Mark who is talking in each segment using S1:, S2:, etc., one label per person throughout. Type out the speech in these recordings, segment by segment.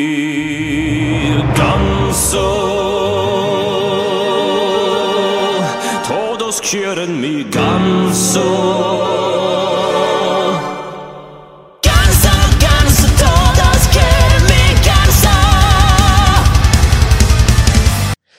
S1: Mi ganso, todos quieren mi ganso.
S2: Ganso, ganso, todos quieren mi ganso.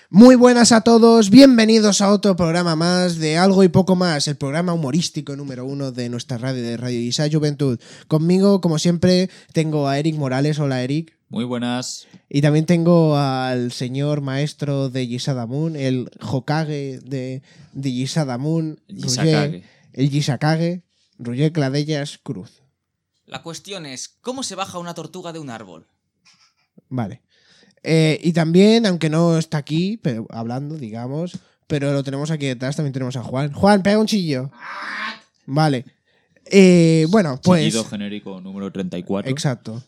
S3: Muy buenas a todos, bienvenidos a otro programa más de Algo y Poco Más, el programa humorístico número uno de nuestra radio de Radio Isa Juventud. Conmigo, como siempre, tengo a Eric Morales, hola Eric,
S4: Muy buenas.
S3: y también tengo al señor maestro de Yisadamun, el Hokage de, de Yisadamun,
S4: El Yisakage.
S3: Ruger- el Yisakage, Roger Cladellas Cruz.
S5: La cuestión es, ¿cómo se baja una tortuga de un árbol?
S3: Vale. Eh, y también, aunque no está aquí, pero hablando, digamos, pero lo tenemos aquí detrás, también tenemos a Juan. Juan, pega un chillo. Vale. Eh, bueno, pues...
S4: Chillido genérico número 34.
S3: Exacto.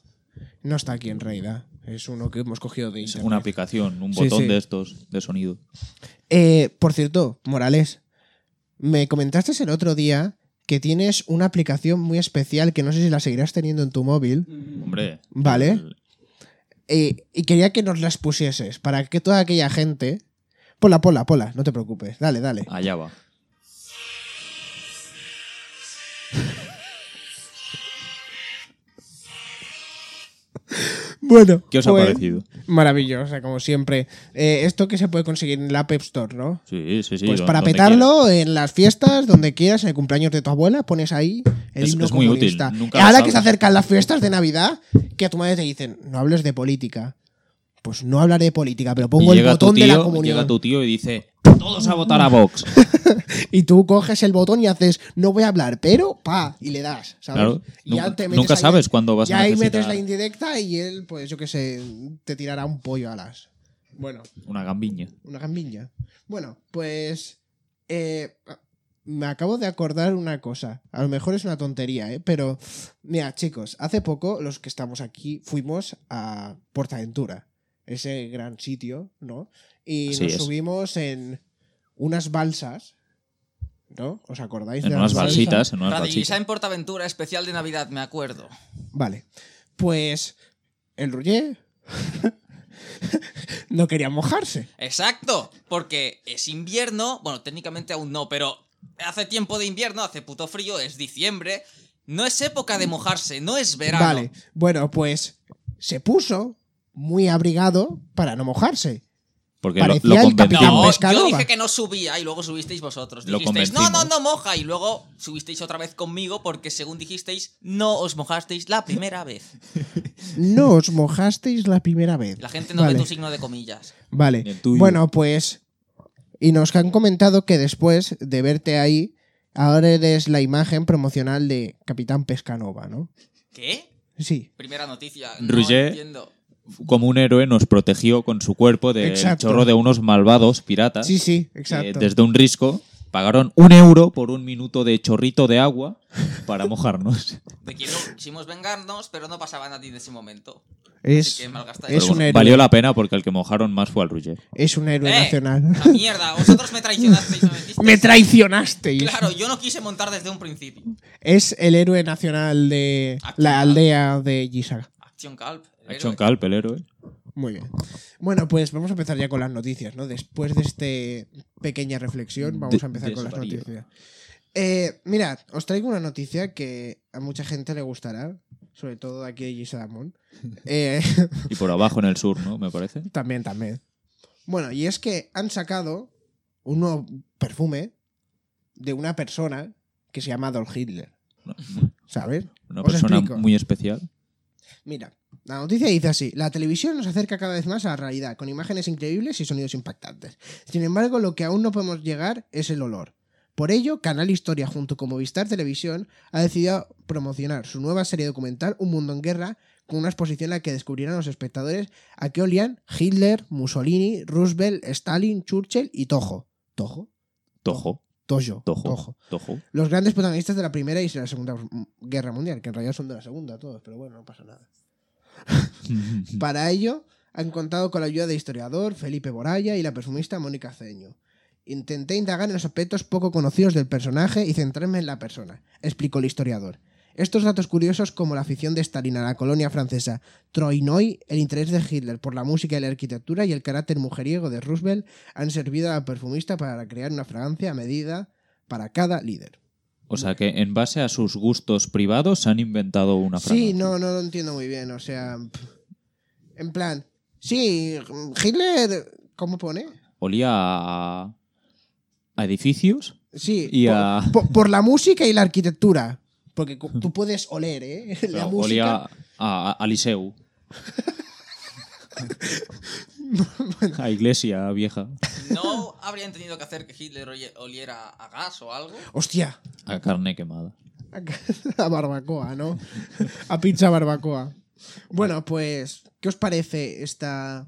S3: No está aquí en realidad. Es uno que hemos cogido de
S4: Es
S3: internet.
S4: una aplicación, un
S3: Sí,
S4: botón
S3: sí.
S4: de estos de sonido.
S3: Eh, por cierto, Morales, me comentaste el otro día que tienes una aplicación muy especial que no sé si la seguirás teniendo en tu móvil.
S4: Hombre.
S3: Vale.
S4: el-
S3: Eh, y quería que nos las pusieses para que toda aquella gente. Pola, pola, pola, no te preocupes. Dale, dale.
S4: allá va.
S3: Bueno,
S4: ¿Qué os ha
S3: pues,
S4: parecido?
S3: Maravillosa, como siempre. Eh, esto que se puede conseguir en la App Store, ¿no?
S4: Sí, sí, sí.
S3: Pues
S4: don-
S3: para
S4: donde
S3: petarlo en las fiestas, donde quieras, en el cumpleaños de tu abuela, pones ahí el
S4: Es-
S3: himno
S4: es muy útil,
S3: comunista.
S4: nunca
S3: Ahora
S4: lo
S3: que se
S4: sabes.
S3: acercan las fiestas de Navidad, que a tu madre te dicen, no hables de política. Pues no hablaré de política, pero
S4: quieras.
S3: pongo
S4: Y
S3: el
S4: llega tu
S3: botón de la
S4: tío-
S3: comunión.
S4: Llega tu tío y dice: Todos a votar a Vox.
S3: Y tú coges el botón y haces, no voy a hablar, pero pa, y le das, ¿sabes?
S4: Claro.
S3: Y ya
S4: Nunca-
S3: te metes
S4: nunca
S3: ahí-
S4: sabes cuándo vas
S3: y
S4: a
S3: ahí
S4: necesitar-
S3: metes la indirecta y él, pues yo qué sé, te tirará un pollo a las. Bueno,
S4: Una gambiña.
S3: una gambiña. Bueno, pues. eh, me acabo de acordar una cosa. A lo mejor es una tontería, ¿eh? Pero. Mira, chicos, hace poco los que estamos aquí fuimos a Portaventura. Ese gran sitio, ¿no? Y
S4: Así
S3: nos
S4: es.
S3: subimos en unas balsas. ¿No? ¿Os acordáis
S4: En
S3: de
S4: unas
S3: las balsas?
S4: balsitas, en unas
S5: Radio Isa
S4: balsitas.
S5: en Portaventura, especial de Navidad, me acuerdo.
S3: Vale. Pues. El Rullé. no quería mojarse.
S5: Exacto, porque es invierno, bueno, técnicamente aún no, pero hace tiempo de invierno, hace puto frío, es diciembre, no es época de mojarse, no es verano.
S3: Vale, bueno, pues se puso muy abrigado para no mojarse.
S4: Porque lo,
S3: Parecía
S4: lo
S3: el capitán
S4: convencimos.
S5: No,
S3: Pescanova.
S5: yo dije que no subía y luego subisteis vosotros.
S4: Lo
S5: Dijisteis, no,
S4: convencimos.
S5: no, no moja. Y luego subisteis otra vez conmigo porque según dijisteis, no os mojasteis la primera vez.
S3: No os mojasteis la primera vez.
S5: La gente no
S3: vale,
S5: ve tu signo de comillas.
S3: Vale,
S4: Ni el tuyo.
S3: bueno, pues... Y nos han comentado que después de verte ahí, ahora eres la imagen promocional de Capitán Pescanova, ¿no?
S5: ¿Qué?
S3: Sí.
S5: Primera noticia.
S4: Roger.
S5: No entiendo.
S4: Como un héroe nos protegió con su cuerpo del
S3: Exacto.
S4: chorro de unos malvados piratas.
S3: Sí, sí,
S4: eh,
S3: exacto.
S4: desde un risco pagaron un euro por un minuto de chorrito de agua para mojarnos.
S5: De quien no quisimos vengarnos, pero no pasaba nadie en ese momento.
S3: es,
S5: que malgastáis.
S3: es,
S4: Pero
S3: un
S4: bueno,
S3: héroe,
S4: Valió la pena porque el que mojaron más fue al Ruger.
S3: es un héroe
S5: ¡Eh!
S3: nacional.
S5: ¡La mierda! Vosotros me traicionasteis, me metisteis.
S3: ¡Me traicionasteis!
S5: Claro, yo no quise montar desde un principio.
S3: Es el héroe nacional de la
S5: Accionado.
S3: aldea de Gisaga.
S5: Acción Calp. el
S4: Action
S5: héroe.
S4: Calp, el héroe.
S3: Muy bien. Bueno, pues vamos a empezar ya con las noticias, ¿no? Después de esta pequeña reflexión, vamos
S4: De-
S3: a empezar con las
S4: desvarío.
S3: noticias. Eh, mirad, os traigo una noticia que a mucha gente le gustará, sobre todo de aquí de Gisadamón. Eh,
S4: Y por abajo en el sur, ¿no? Me parece.
S3: también, también. Bueno, y es que han sacado un nuevo perfume de una persona que se llama Adolf Hitler. ¿Sabes?
S4: Una
S3: Os
S4: persona
S3: explico.
S4: muy especial.
S3: Mira, la noticia dice así: La televisión nos acerca cada vez más a la realidad, con imágenes increíbles y sonidos impactantes. Sin embargo, lo que aún no podemos llegar es el olor. Por ello, Canal Historia, junto con Movistar Televisión, ha decidido promocionar su nueva serie documental Un Mundo en Guerra, con una exposición en la que descubrirán los espectadores a qué olían Hitler, Mussolini, Roosevelt, Stalin, Churchill y Tojo. ¿Tojo?
S4: Tojo,
S3: Tojo.
S4: tojo,
S3: Tojo.
S4: tojo.
S3: Los grandes protagonistas de la Primera y la Segunda Guerra Mundial, que en realidad son de la Segunda todos, pero bueno, no pasa nada. Para ello, han contado con la ayuda de historiador Felipe Boraya y la perfumista Mónica Ceño. Intenté indagar en los aspectos poco conocidos del personaje y centrarme en la persona, explicó el historiador. Estos datos curiosos, como la afición de Stalin a la colonia francesa Troinoi, el interés de Hitler por la música y la arquitectura y el carácter mujeriego de Roosevelt, han servido a la perfumista para crear una fragancia a medida para cada líder.
S4: O sea que en base a sus gustos privados han inventado una frase.
S3: Sí, no, no lo entiendo muy bien. O sea, pff, en plan, sí, Hitler, ¿cómo pone?
S4: Olía a, a edificios.
S3: Sí,
S4: Y
S3: por,
S4: a-
S3: po- por la música y la arquitectura. Porque cu- tú puedes oler, ¿eh? La
S4: pero
S3: música.
S4: Olía a, a- a liceu. A iglesia vieja.
S5: ¿No habrían tenido que hacer que Hitler oye- oliera a gas o algo?
S3: Hostia,
S4: A carne quemada.
S3: a barbacoa, ¿no? A pizza barbacoa. Bueno, pues, ¿qué os parece esta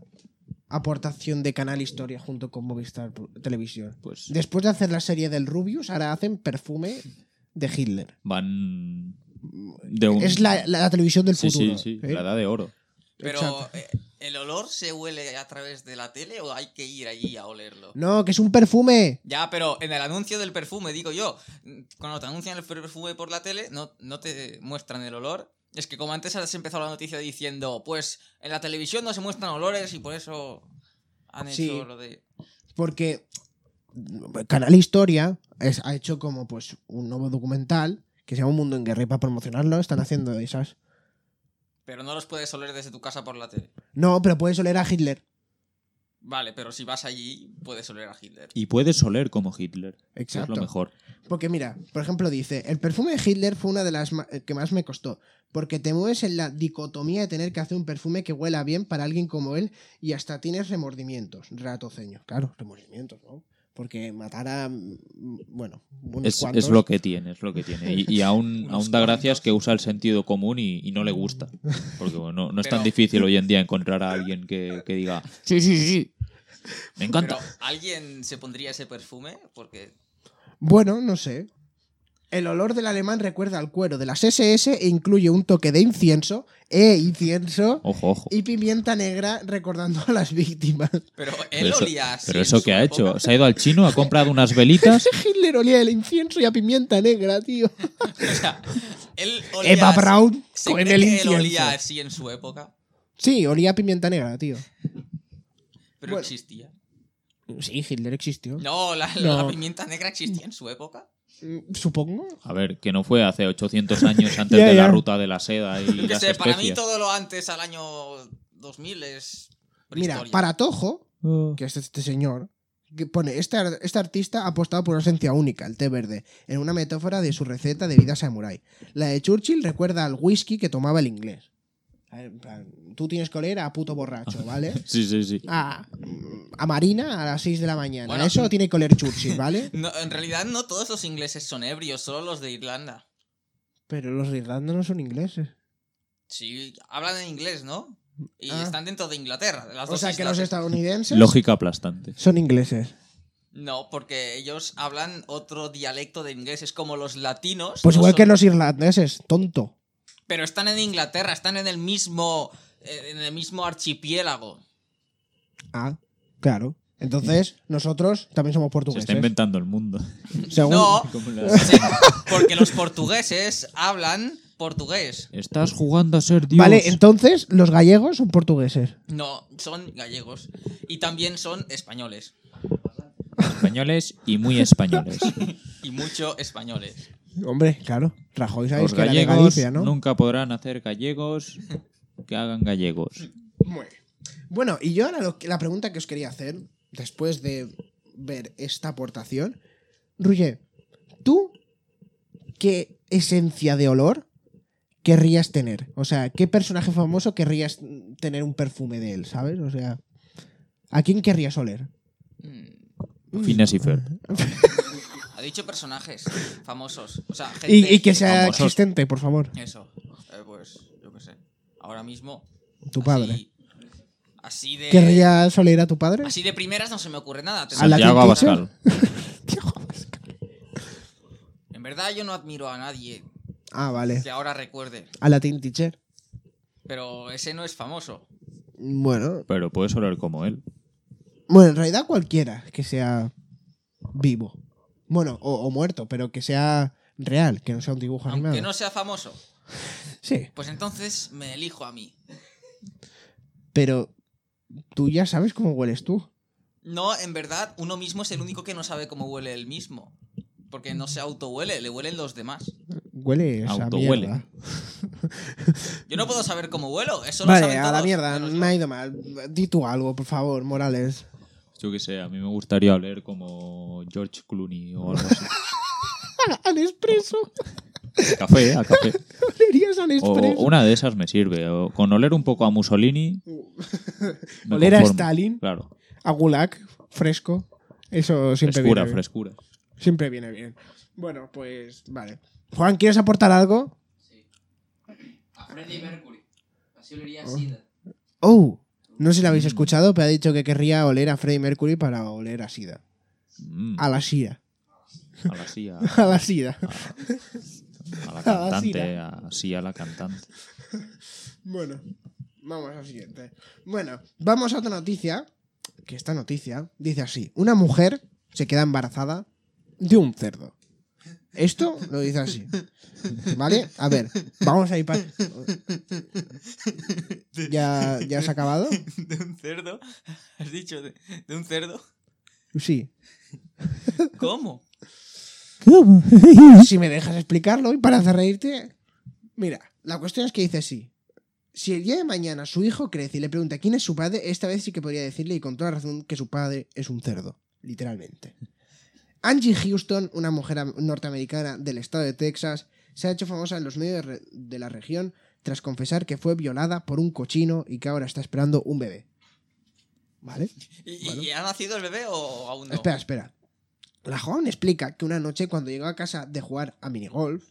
S3: aportación de Canal Historia junto con Movistar Pu- Televisión?
S4: Pues
S3: Después de hacer la serie del Rubius, ahora hacen perfume de Hitler.
S4: van de un...
S3: Es la, la televisión del
S4: sí,
S3: futuro.
S4: sí, sí,
S3: ¿eh?
S4: la edad de oro.
S5: Pero
S3: Exacto.
S5: eh, ¿el olor se huele a través de la tele o hay que ir allí a olerlo?
S3: No, que es un perfume.
S5: Ya, pero en el anuncio del perfume, digo yo, cuando te anuncian el perfume por la tele, no, no te muestran el olor. Es que como antes has empezado la noticia diciendo, pues en la televisión no se muestran olores y por eso han hecho
S3: Sí.
S5: lo de...
S3: Porque Canal Historia es- ha hecho como pues un nuevo documental que se llama Un Mundo en Guerra y para promocionarlo están haciendo esas.
S5: Pero no los puedes oler desde tu casa por la tele.
S3: No, pero puedes oler a Hitler.
S5: Vale, pero si vas allí, puedes oler a Hitler.
S4: Y puedes oler como Hitler. que Es
S3: Exacto.
S4: lo mejor.
S3: Porque mira, por ejemplo dice, el perfume de Hitler fue una de las ma- eh, que más me costó, porque te mueves en la dicotomía de tener que hacer un perfume que huela bien para alguien como él y hasta tienes remordimientos, ratoceño. Claro, remordimientos, ¿no? Porque matar a... mm, Bueno, unos
S4: Es,
S3: cuantos...
S4: es lo que tiene, es lo que tiene. Y, y aún,
S5: Unos
S4: aún da gracias
S5: cuantos.
S4: que usa el sentido común y, y no le gusta. Porque bueno, no, no es tan
S5: Pero-
S4: difícil hoy en día encontrar a alguien que, que diga, sí, sí, sí, me encanta.
S5: Pero ¿alguien se pondría ese perfume? Porque...
S3: Bueno, no sé. El olor del alemán recuerda al cuero de las SS e incluye un toque de incienso, e incienso,
S4: Ojo, ojo.
S3: y pimienta negra recordando a las víctimas.
S5: Pero él
S4: Pero eso,
S5: olía así
S4: pero
S5: en
S4: eso
S5: su
S4: que ha
S5: época.
S4: hecho, se ha ido al chino, ha comprado unas velitas.
S3: Hitler olía el incienso y a pimienta negra, tío.
S5: O sea, él olía
S3: Eva
S5: así-
S3: Braun
S5: ¿Se
S3: con
S5: cree
S3: el
S5: que él
S3: incienso.
S5: olía así en su época?
S3: Sí, olía a pimienta negra, tío.
S5: Pero
S3: Bueno.
S5: existía.
S3: Sí, Hitler existió.
S5: No, la,
S3: No.
S5: la pimienta negra existía en su época.
S3: Mm, Supongo.
S4: A ver, que no fue hace 800 años antes
S3: Ya,
S4: de la
S3: ya.
S4: ruta de la seda y
S5: Que
S4: las
S5: sé, para mí
S4: especias.
S5: todo lo antes al año 2000 es
S3: Mira,
S5: prehistoria.
S3: para Tojo,
S4: Oh.
S3: que es este señor, que pone, este, ar- este artista ha apostado por una esencia única, el té verde, en una metáfora de su receta de vida samurái. La de Churchill recuerda al whisky que tomaba el inglés. A ver, en plan, Tú tienes que oler a puto borracho, ¿vale?
S4: Sí, sí, sí.
S3: A, a Marina a las 6 de la mañana.
S5: Bueno.
S3: Eso tiene que oler Churchill, ¿vale?
S5: No, en realidad no todos los ingleses son ebrios, solo los de Irlanda.
S3: Pero los de Irlanda no son ingleses.
S5: Sí, hablan en inglés, ¿no? Y
S3: Ah.
S5: están dentro de Inglaterra. de las
S3: O
S5: dos
S3: sea, que los
S5: islas.
S3: estadounidenses
S4: Lógica aplastante.
S3: son ingleses.
S5: No, porque ellos hablan otro dialecto de inglés, es como los latinos.
S3: Pues
S5: no
S3: igual que
S5: son-
S3: los irlandeses, tonto.
S5: Pero están en Inglaterra, están en el mismo, eh, en el mismo archipiélago.
S3: Ah, claro. Entonces, nosotros también somos
S4: Se
S3: portugueses.
S4: está inventando el mundo.
S3: Según-
S5: No,
S4: Como las-
S5: Sí, porque los portugueses hablan portugués.
S4: Estás jugando a ser Dios.
S3: Vale, entonces los gallegos son portugueses.
S5: No, son gallegos. Y también son españoles.
S4: españoles y muy españoles.
S5: Y mucho españoles.
S3: Hombre, claro. Rajoy sabéis
S4: Los
S3: que era de
S4: gallegos
S3: Galicia, ¿no?
S4: nunca podrán hacer gallegos que hagan gallegos.
S3: Muy bien. Bueno, y yo ahora lo que- la pregunta que os quería hacer, después de ver esta aportación, Ruye, ¿tú qué esencia de olor querrías tener? O sea, ¿qué personaje famoso querrías mm, tener un perfume de él, sabes? O sea, ¿a quién querrías oler?
S4: Finas y Fer.
S5: Ha dicho personajes famosos. O sea, gente.
S3: Y, y que sea
S4: famosos.
S3: existente, por favor.
S5: Eso. Eh, pues, yo qué sé. Ahora mismo.
S3: Tu
S5: así-
S3: padre.
S5: Así de.
S3: ¿Querrías oler a tu padre?
S5: Así de primeras no se me ocurre nada.
S3: ¿A la
S4: Santiago
S3: Quintina?
S4: Abascal.
S5: En verdad, yo no admiro a nadie
S3: Ah, vale.
S5: que ahora recuerde.
S3: A la teen teacher.
S5: Pero ese no es famoso.
S3: Bueno.
S4: Pero puedes oler como él.
S3: Bueno, en realidad cualquiera que sea vivo. Bueno, o, o muerto, pero que sea real, que no sea un dibujo
S5: Aunque
S3: animado.
S5: no sea famoso.
S3: Sí,
S5: Pues entonces me elijo a mí.
S3: pero tú ya sabes cómo hueles tú.
S5: No, en verdad, uno mismo es el único que no sabe cómo huele él mismo. Porque no se autohuele, le huelen los demás.
S3: Hueles a
S4: Autohuele.
S3: mierda.
S5: Yo no puedo saber cómo huelo, eso lo
S3: Vale,
S5: saben
S3: a la
S5: todos,
S3: mierda,
S5: menos yo.
S3: me ha ido mal. Di tú algo, por favor, Morales.
S4: Yo qué sé, a mí me gustaría leer como George Clooney o algo así.
S3: An expreso.
S4: A café, ¿eh? a café.
S3: Olerías an
S4: O
S3: expreso.
S4: una de esas me sirve. O con oler un poco a Mussolini. me
S3: Uh. Oler a
S4: conformo.
S3: Stalin.
S4: Claro.
S3: A gulag, fresco. Eso siempre
S4: Frescura,
S3: viene bien.
S4: frescura.
S3: Siempre viene bien. Bueno, pues vale. Juan, ¿quieres aportar algo?
S5: A Freddie Mercury. Así olería Sida.
S3: Oh, no sé si lo habéis escuchado, pero ha dicho que querría oler a Freddie Mercury para oler a Sida.
S4: Mm,
S3: A la Sida.
S4: a la silla.
S3: A la Sida.
S4: A la
S3: A la
S4: cantante. A, sí, a la cantante.
S3: Bueno, vamos al siguiente. Bueno, vamos a otra noticia. Que esta noticia dice así: Una mujer se queda embarazada de un cerdo. Esto lo dice así. ¿Vale? A ver, vamos a ir para. ¿Ya, ¿Ya has acabado?
S5: De un cerdo. ¿Has dicho de, de un cerdo?
S3: Sí.
S5: ¿Cómo?
S3: Si me dejas explicarlo y para hacer reírte. Mira, la cuestión es que dice así. Si el día de mañana su hijo crece y le pregunta quién es su padre, esta vez sí que podría decirle y con toda razón que su padre es un cerdo, literalmente. Angie Houston, una mujer am- norteamericana del estado de Texas, se ha hecho famosa en los medios de re- de la región tras confesar que fue violada por un cochino y que ahora está esperando un bebé. ¿Vale?
S5: ¿Y, y-
S3: Bueno.
S5: y ha nacido el bebé o aún no?
S3: Espera, espera. La joven explica que una noche cuando llegó a casa de jugar a minigolf,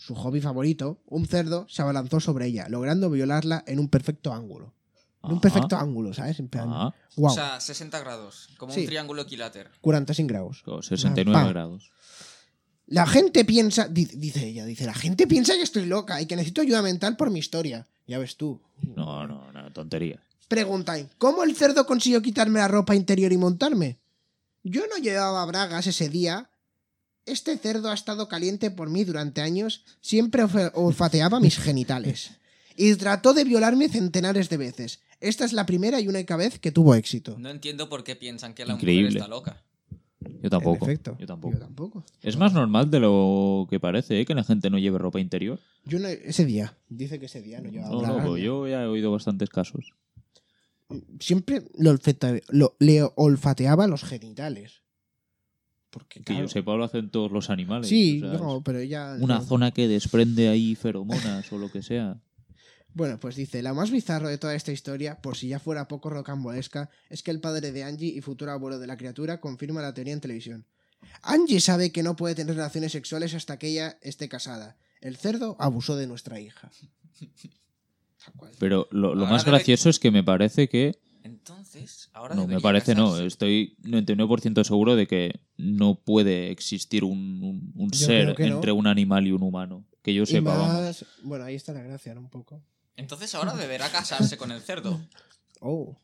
S3: su hobby favorito, un cerdo se abalanzó sobre ella, logrando violarla en un perfecto ángulo. En un
S4: Ajá.
S3: perfecto ángulo, ¿sabes? En plan,
S4: Ah,
S3: wow,
S5: O sea, 60 grados, como
S3: Sí.
S5: un triángulo equiláter.
S3: 45 grados.
S4: con 69
S3: Pam.
S4: grados.
S3: La gente piensa, di- dice ella, dice, la gente piensa que estoy loca y que necesito ayuda mental por mi historia. Ya ves tú.
S4: No, no, no, tontería.
S3: Preguntan, ¿cómo el cerdo consiguió quitarme la ropa interior y montarme? Yo no llevaba bragas ese día. Este cerdo ha estado caliente por mí durante años, siempre olfa- olfateaba mis genitales. Y trató de violarme centenares de veces. Esta es la primera y única vez que tuvo éxito.
S5: No entiendo por qué piensan que la
S4: Increíble.
S5: mujer está loca.
S4: Yo tampoco.
S3: En efecto.
S4: Yo tampoco.
S3: Yo tampoco.
S4: Es más normal de lo que parece, ¿eh? Que la gente no lleve ropa interior.
S3: Yo no- ese día. Dice que ese día no llevaba
S4: No,
S3: bragas.
S4: no, pues yo ya he oído bastantes casos.
S3: Siempre lo olfata- lo- le olfateaba los genitales. Porque,
S4: Que
S3: claro.
S4: yo sepa, lo hacen todos los animales.
S3: Sí,
S4: o sea,
S3: no, pero ya...
S4: es Una
S3: no.
S4: zona que desprende ahí feromonas o lo que sea.
S3: Bueno, pues dice, lo más bizarro de toda esta historia, por si ya fuera poco rocambolesca, es que el padre de Angie y futuro abuelo de la criatura confirma la teoría en televisión. Angie sabe que no puede tener relaciones sexuales hasta que ella esté casada. El cerdo abusó de nuestra hija. Tal cual.
S4: Pero lo, lo
S5: Ahora
S4: más
S5: debe-
S4: gracioso es que me parece que
S5: Entonces, ahora
S4: No, me
S5: debería
S4: parece no. eh.
S5: casarse.
S4: Estoy 99% seguro de que no puede existir un, un- un
S3: Yo creo
S4: ser
S3: que no.
S4: entre un animal y un humano. Que yo
S3: Y
S4: sepa, vamos.
S3: más- Bueno, ahí está la gracia, ¿no? Un poco.
S5: Entonces ahora deberá casarse con el cerdo.
S3: Oh.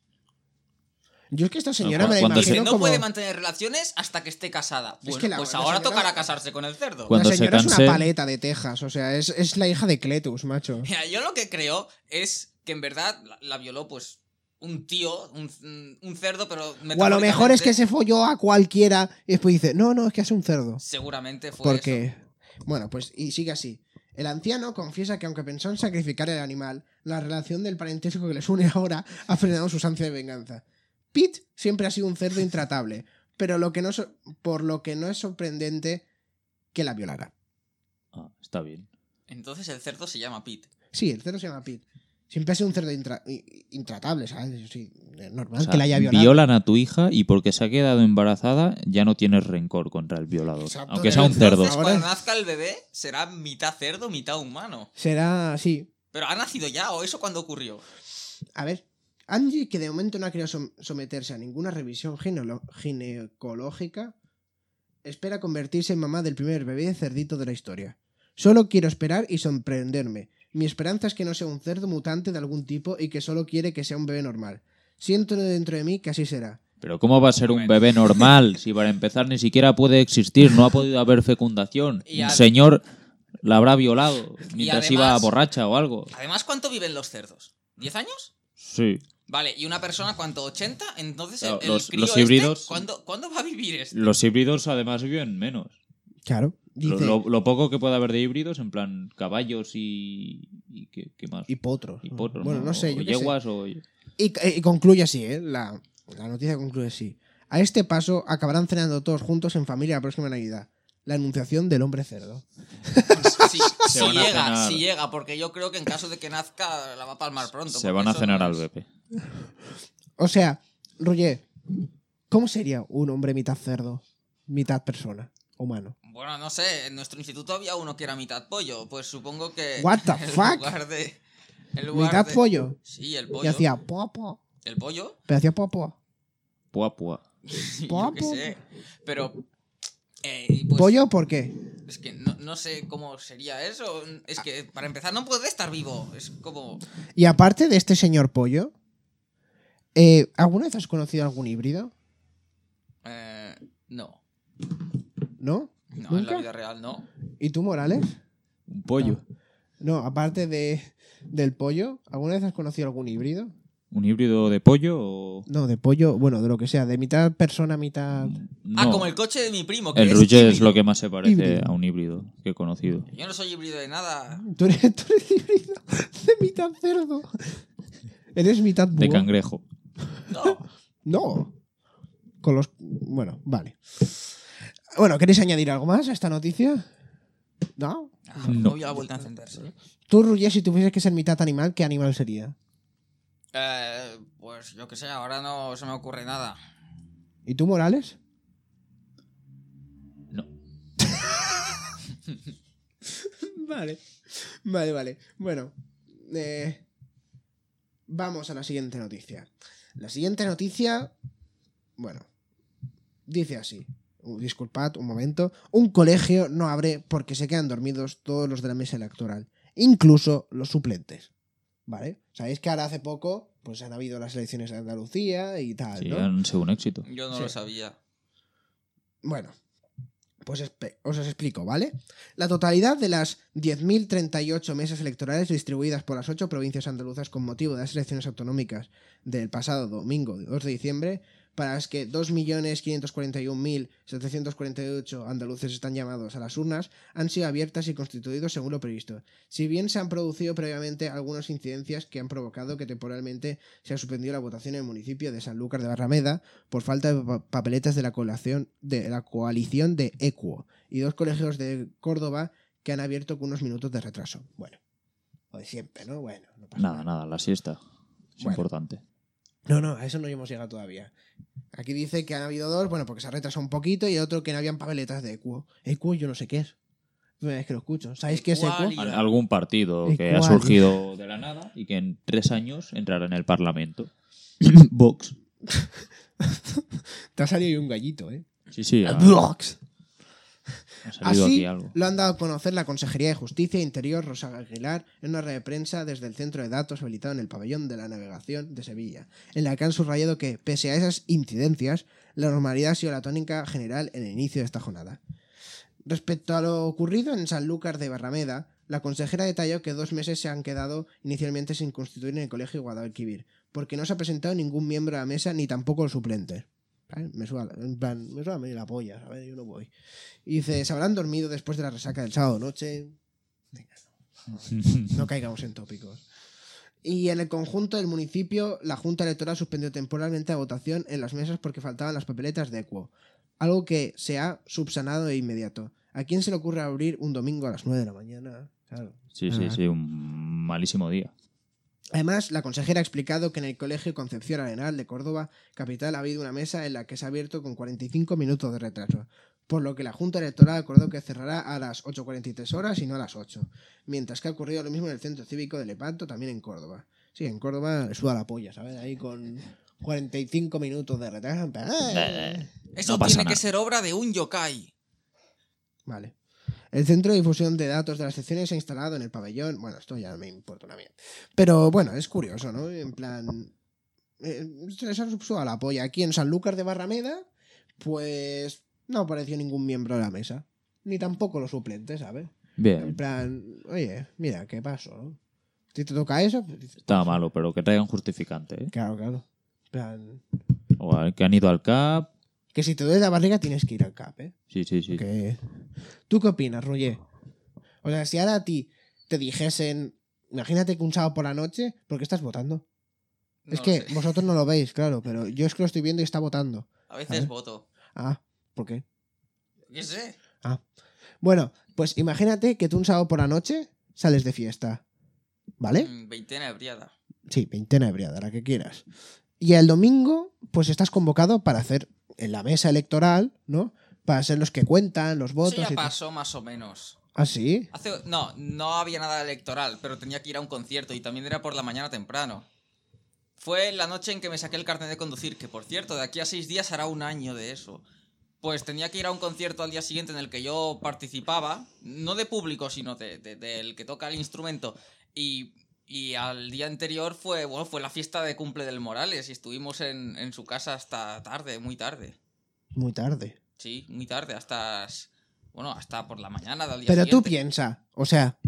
S3: Yo es que esta señora
S4: No,
S3: me la
S4: cuando se-
S5: Que
S3: imagino
S5: no
S3: como...
S5: puede mantener relaciones hasta que esté casada.
S3: Es
S5: Bueno,
S3: que la-
S5: pues
S3: la
S5: ahora
S3: señora-
S5: tocará casarse con el cerdo.
S4: Cuando
S3: la
S4: se
S3: señora es
S4: canse-
S3: una paleta de Texas, o sea, es, es la hija de Cletus, macho.
S5: Mira, yo lo que creo es que en verdad la, la violó pues un tío, un, un cerdo, pero...
S3: O a lo mejor es que
S5: metafóricamente,
S3: se folló a cualquiera y después dice, no, no, es que hace un cerdo.
S5: Seguramente fue eso.
S3: Porque, bueno, pues y sigue así. El anciano confiesa que aunque pensó en sacrificar el animal, la relación del parentesco que les une ahora ha frenado su ansia de venganza. Pete siempre ha sido un cerdo intratable, pero lo que no so- por lo que no es sorprendente que la violara.
S4: Ah, está bien.
S5: Entonces el cerdo se llama Pete.
S3: Sí, el cerdo se llama Pete. Siempre ha sido un cerdo intra- i- intratable, ¿sabes? Eso Sí, es normal
S4: O sea,
S3: que la haya violado.
S4: Violan a tu hija y porque se ha quedado embarazada ya no tienes rencor contra el violador.
S3: Exacto,
S4: aunque
S3: pero
S4: sea un cerdo.
S5: Entonces
S3: Ahora-
S5: cuando nazca el bebé será mitad cerdo, mitad humano.
S3: Será, sí,
S5: Pero ha nacido ya, o eso cuando ocurrió.
S3: A ver, Angie, que de momento no ha querido som- someterse a ninguna revisión ginelo- ginecológica, espera convertirse en mamá del primer bebé cerdito de la historia. Solo quiero esperar y sorprenderme. Mi esperanza es que no sea un cerdo mutante de algún tipo y que solo quiere que sea un bebé normal. Siento dentro de mí que así será.
S4: Pero ¿cómo va a ser un bebé normal si para empezar ni siquiera puede existir? No ha podido haber fecundación.
S5: Y
S4: Un
S5: ad-
S4: señor la habrá violado mientras iba
S5: además-
S4: borracha o algo.
S5: Además, ¿cuánto viven los cerdos? ¿10 años?
S4: Sí.
S5: Vale, ¿y una persona cuánto? ¿80? Entonces, el-
S4: Claro,
S5: el,
S4: los-
S5: crío
S4: los
S5: este,
S4: híbridos-
S5: ¿cuándo, cuándo va a vivir este?
S4: Los híbridos además viven menos.
S3: Claro.
S4: Lo,
S3: Dice,
S4: lo- lo poco que puede haber de híbridos, en plan caballos y... y ¿qué, qué más?
S3: y potros.
S4: Y potros,
S3: bueno, no, sé.
S4: O
S3: Yo qué sé.
S4: yeguas o...
S3: Y, eh, y concluye así, ¿eh? La, la noticia concluye así. A este paso acabarán cenando todos juntos en familia la próxima Navidad. La anunciación del hombre cerdo.
S5: Pues, Si,
S4: Se
S5: si
S4: van a
S5: llega,
S4: cenar.
S5: si llega, porque yo creo que en caso de que nazca la va a palmar pronto.
S4: Se
S5: porque
S4: van a
S5: eso
S4: cenar
S5: no
S4: al
S5: es-
S4: bebé.
S3: O sea, Roger, ¿cómo sería un hombre mitad cerdo, mitad persona, humano?
S5: Bueno, no sé, en nuestro instituto había uno que era mitad pollo, pues supongo que...
S3: What the
S5: en
S3: fuck?
S5: Lugar de, en lugar
S3: ¿Mitad
S5: de-
S3: pollo?
S5: Sí, el
S3: Y
S5: pollo.
S3: hacía popo.
S5: ¿El pollo?
S3: Pero hacía popo.
S4: Pua, pua.
S5: Yo qué
S3: Papo.
S5: sé. Pero... eh, pues,
S3: ¿Pollo por qué?
S5: Es que no, no sé cómo sería eso. Es que para empezar no puede estar vivo. Es como...
S3: Y aparte de este señor pollo, eh, ¿alguna vez has conocido algún híbrido?
S5: eh, no.
S3: ¿No?
S5: No, en
S3: ¿Nunca?
S5: la vida real no.
S3: ¿Y tú, Morales?
S4: Un pollo.
S3: No, aparte de, del pollo, ¿alguna vez has conocido algún híbrido?
S4: ¿Un híbrido de pollo o...?
S3: No, de pollo, bueno, de lo que sea, de mitad persona, mitad.
S5: Ah,
S4: No.
S5: como el coche de mi primo. Que
S4: El
S5: es
S4: Ruge es
S5: híbrido.
S4: lo que más se parece
S3: Híbrido.
S4: a un híbrido que he conocido.
S5: Yo no soy híbrido de nada.
S3: Tú eres, tú eres híbrido de mitad cerdo. Eres mitad búho.
S4: De cangrejo.
S5: No.
S3: No. Con los. Bueno, vale. Bueno, ¿queréis añadir algo más a esta noticia? No.
S5: Ah,
S4: No.
S5: No voy a la vuelta a encenderse.
S3: Tú, Ruger, si tuvieses que ser mitad animal, ¿qué animal sería?
S5: Eh, pues yo qué sé, ahora no se me ocurre nada.
S3: ¿Y tú, Morales?
S4: No.
S3: Vale. Vale, vale. Bueno. eh, vamos a la siguiente noticia. La siguiente noticia. Bueno. Dice así. Uh, Disculpad un momento. Un colegio no abre porque se quedan dormidos todos los de la mesa electoral. Incluso los suplentes. ¿Vale? Sabéis que ahora hace poco. Pues han habido las elecciones de Andalucía y tal.
S4: Sí,
S3: ¿no?
S4: han sido un éxito.
S5: Yo no
S3: Sí.
S5: lo sabía.
S3: Bueno, pues espe- os os explico, ¿vale? La totalidad de las 10.038 mesas electorales distribuidas por las ocho provincias andaluzas con motivo de las elecciones autonómicas del pasado domingo 2 de diciembre, para las que 2.541.748 andaluces están llamados a las urnas, han sido abiertas y constituidos según lo previsto. Si bien se han producido previamente algunas incidencias que han provocado que temporalmente se ha suspendido la votación en el municipio de Sanlúcar de Barrameda, por falta de pa- papeletas de la, coalición, de la coalición de Equo y dos colegios de Córdoba que han abierto con unos minutos de retraso. Bueno, lo de siempre, ¿no? Bueno, no pasa
S4: Nada, nada, la siesta. Es
S3: Bueno.
S4: importante.
S3: No, no, a eso no hemos llegado todavía. Aquí dice que han habido dos, bueno, porque se ha retrasado un poquito y el otro que no habían papeletas de Equo. Equo yo no sé qué es. Primera vez que lo escucho. ¿Sabéis qué es Equo?
S5: Equo.
S4: Al- algún partido
S3: ¿Y
S4: que ha
S3: cuál?
S4: surgido de la nada y que en tres años entrará en el Parlamento. Vox.
S3: Te ha salido ahí un gallito, ¿eh?
S4: Sí, sí, ha,
S3: Vox.
S4: ha salido
S3: Así
S5: ¿Ah,
S4: aquí algo.
S3: lo han dado a conocer la Consejería de Justicia e Interior Rosa Aguilar en una red de prensa desde el centro de datos habilitado en el pabellón de la navegación de Sevilla, en la que han subrayado que, pese a esas incidencias, la normalidad ha sido la tónica general en el inicio de esta jornada. Respecto a lo ocurrido en Sanlúcar de Barrameda, la consejera detalló que dos meses se han quedado inicialmente sin constituir en el colegio Guadalquivir, porque no se ha presentado ningún miembro a la mesa ni tampoco el suplente. ¿Vale? Me suda, la- en plan, me suda medio la polla, ¿sabes? Yo no voy. Y dice, se habrán dormido después de la resaca del sábado noche. Venga, no, no caigamos en tópicos. Y en el conjunto del municipio, la Junta Electoral suspendió temporalmente la votación en las mesas porque faltaban las papeletas de Equo, algo que se ha subsanado de inmediato. ¿A quién se le ocurre abrir un domingo a las 9 de la mañana? Claro.
S4: Sí, sí,
S3: Ah.
S4: sí, un malísimo día.
S3: Además, la consejera ha explicado que en el Colegio Concepción Arenal de Córdoba, capital, ha habido una mesa en la que se ha abierto con 45 minutos de retraso, por lo que la Junta Electoral acordó que cerrará a las 8.43 horas y no a las 8, mientras que ha ocurrido lo mismo en el Centro Cívico de Lepanto, también en Córdoba. Sí, en Córdoba suda la polla, ¿sabes? Ahí con 45 minutos de retraso. en plan, ¡eh!
S5: Eso
S4: No pasa
S5: tiene
S4: nada.
S5: que ser obra de un yokai.
S3: Vale. El centro de difusión de datos de las secciones se ha instalado en el pabellón. Bueno, esto ya me importa una mierda. Pero bueno, es curioso, ¿no? En plan. eh, se les ha a la polla. Aquí en Sanlúcar de Barrameda, pues no apareció ningún miembro de la mesa. Ni tampoco los suplentes, ¿sabes? En
S4: Bien.
S3: plan, oye, mira, ¿qué pasó? no? Si te toca eso, pues dices,
S4: Estaba malo, pero que traigan justificante. ¿eh?
S3: claro, claro. En plan,
S4: O al que han ido al CAP.
S3: que si te duele la barriga tienes que ir al CAP, ¿eh?
S4: Sí, sí, sí.
S3: Que- ¿Tú qué opinas, Roger? O sea, si ahora a ti te dijesen, imagínate que un sábado por la noche, ¿por qué estás votando?
S5: No
S3: es
S5: lo
S3: que
S5: sé.
S3: vosotros no lo veis, claro, pero yo es que lo estoy viendo y está votando.
S5: A
S3: a ver.
S5: veces voto.
S3: Ah, ¿por qué? Ah.
S5: Yo qué sé.
S3: Bueno, pues imagínate que tú un sábado por la noche sales de fiesta, ¿vale?
S5: Mm, Veintena ebriada.
S3: Sí, veintena ebriada, la que quieras. Y el domingo, pues estás convocado para hacer en la mesa electoral, ¿no? Para ser los que cuentan, los
S5: Eso
S3: votos.
S5: ya
S3: y tal.
S5: pasó más o menos.
S3: ¿Ah, sí?
S5: Hace, no, no había nada electoral, pero tenía que ir a un concierto y también era por la mañana temprano. Fue la noche en que me saqué el carnet de conducir, que por cierto, de aquí a seis días hará un año de eso. Pues tenía que ir a un concierto al día siguiente en el que yo participaba, no de público, sino de- de- del que toca el instrumento. Y, y al día anterior fue, bueno, fue la fiesta de cumple del Morales y estuvimos en, en su casa hasta tarde, muy tarde.
S3: Muy tarde.
S5: Sí, muy tarde, hasta... s- Bueno, hasta por la mañana del día
S3: Pero tú
S5: siguiente.
S3: piensa, o sea,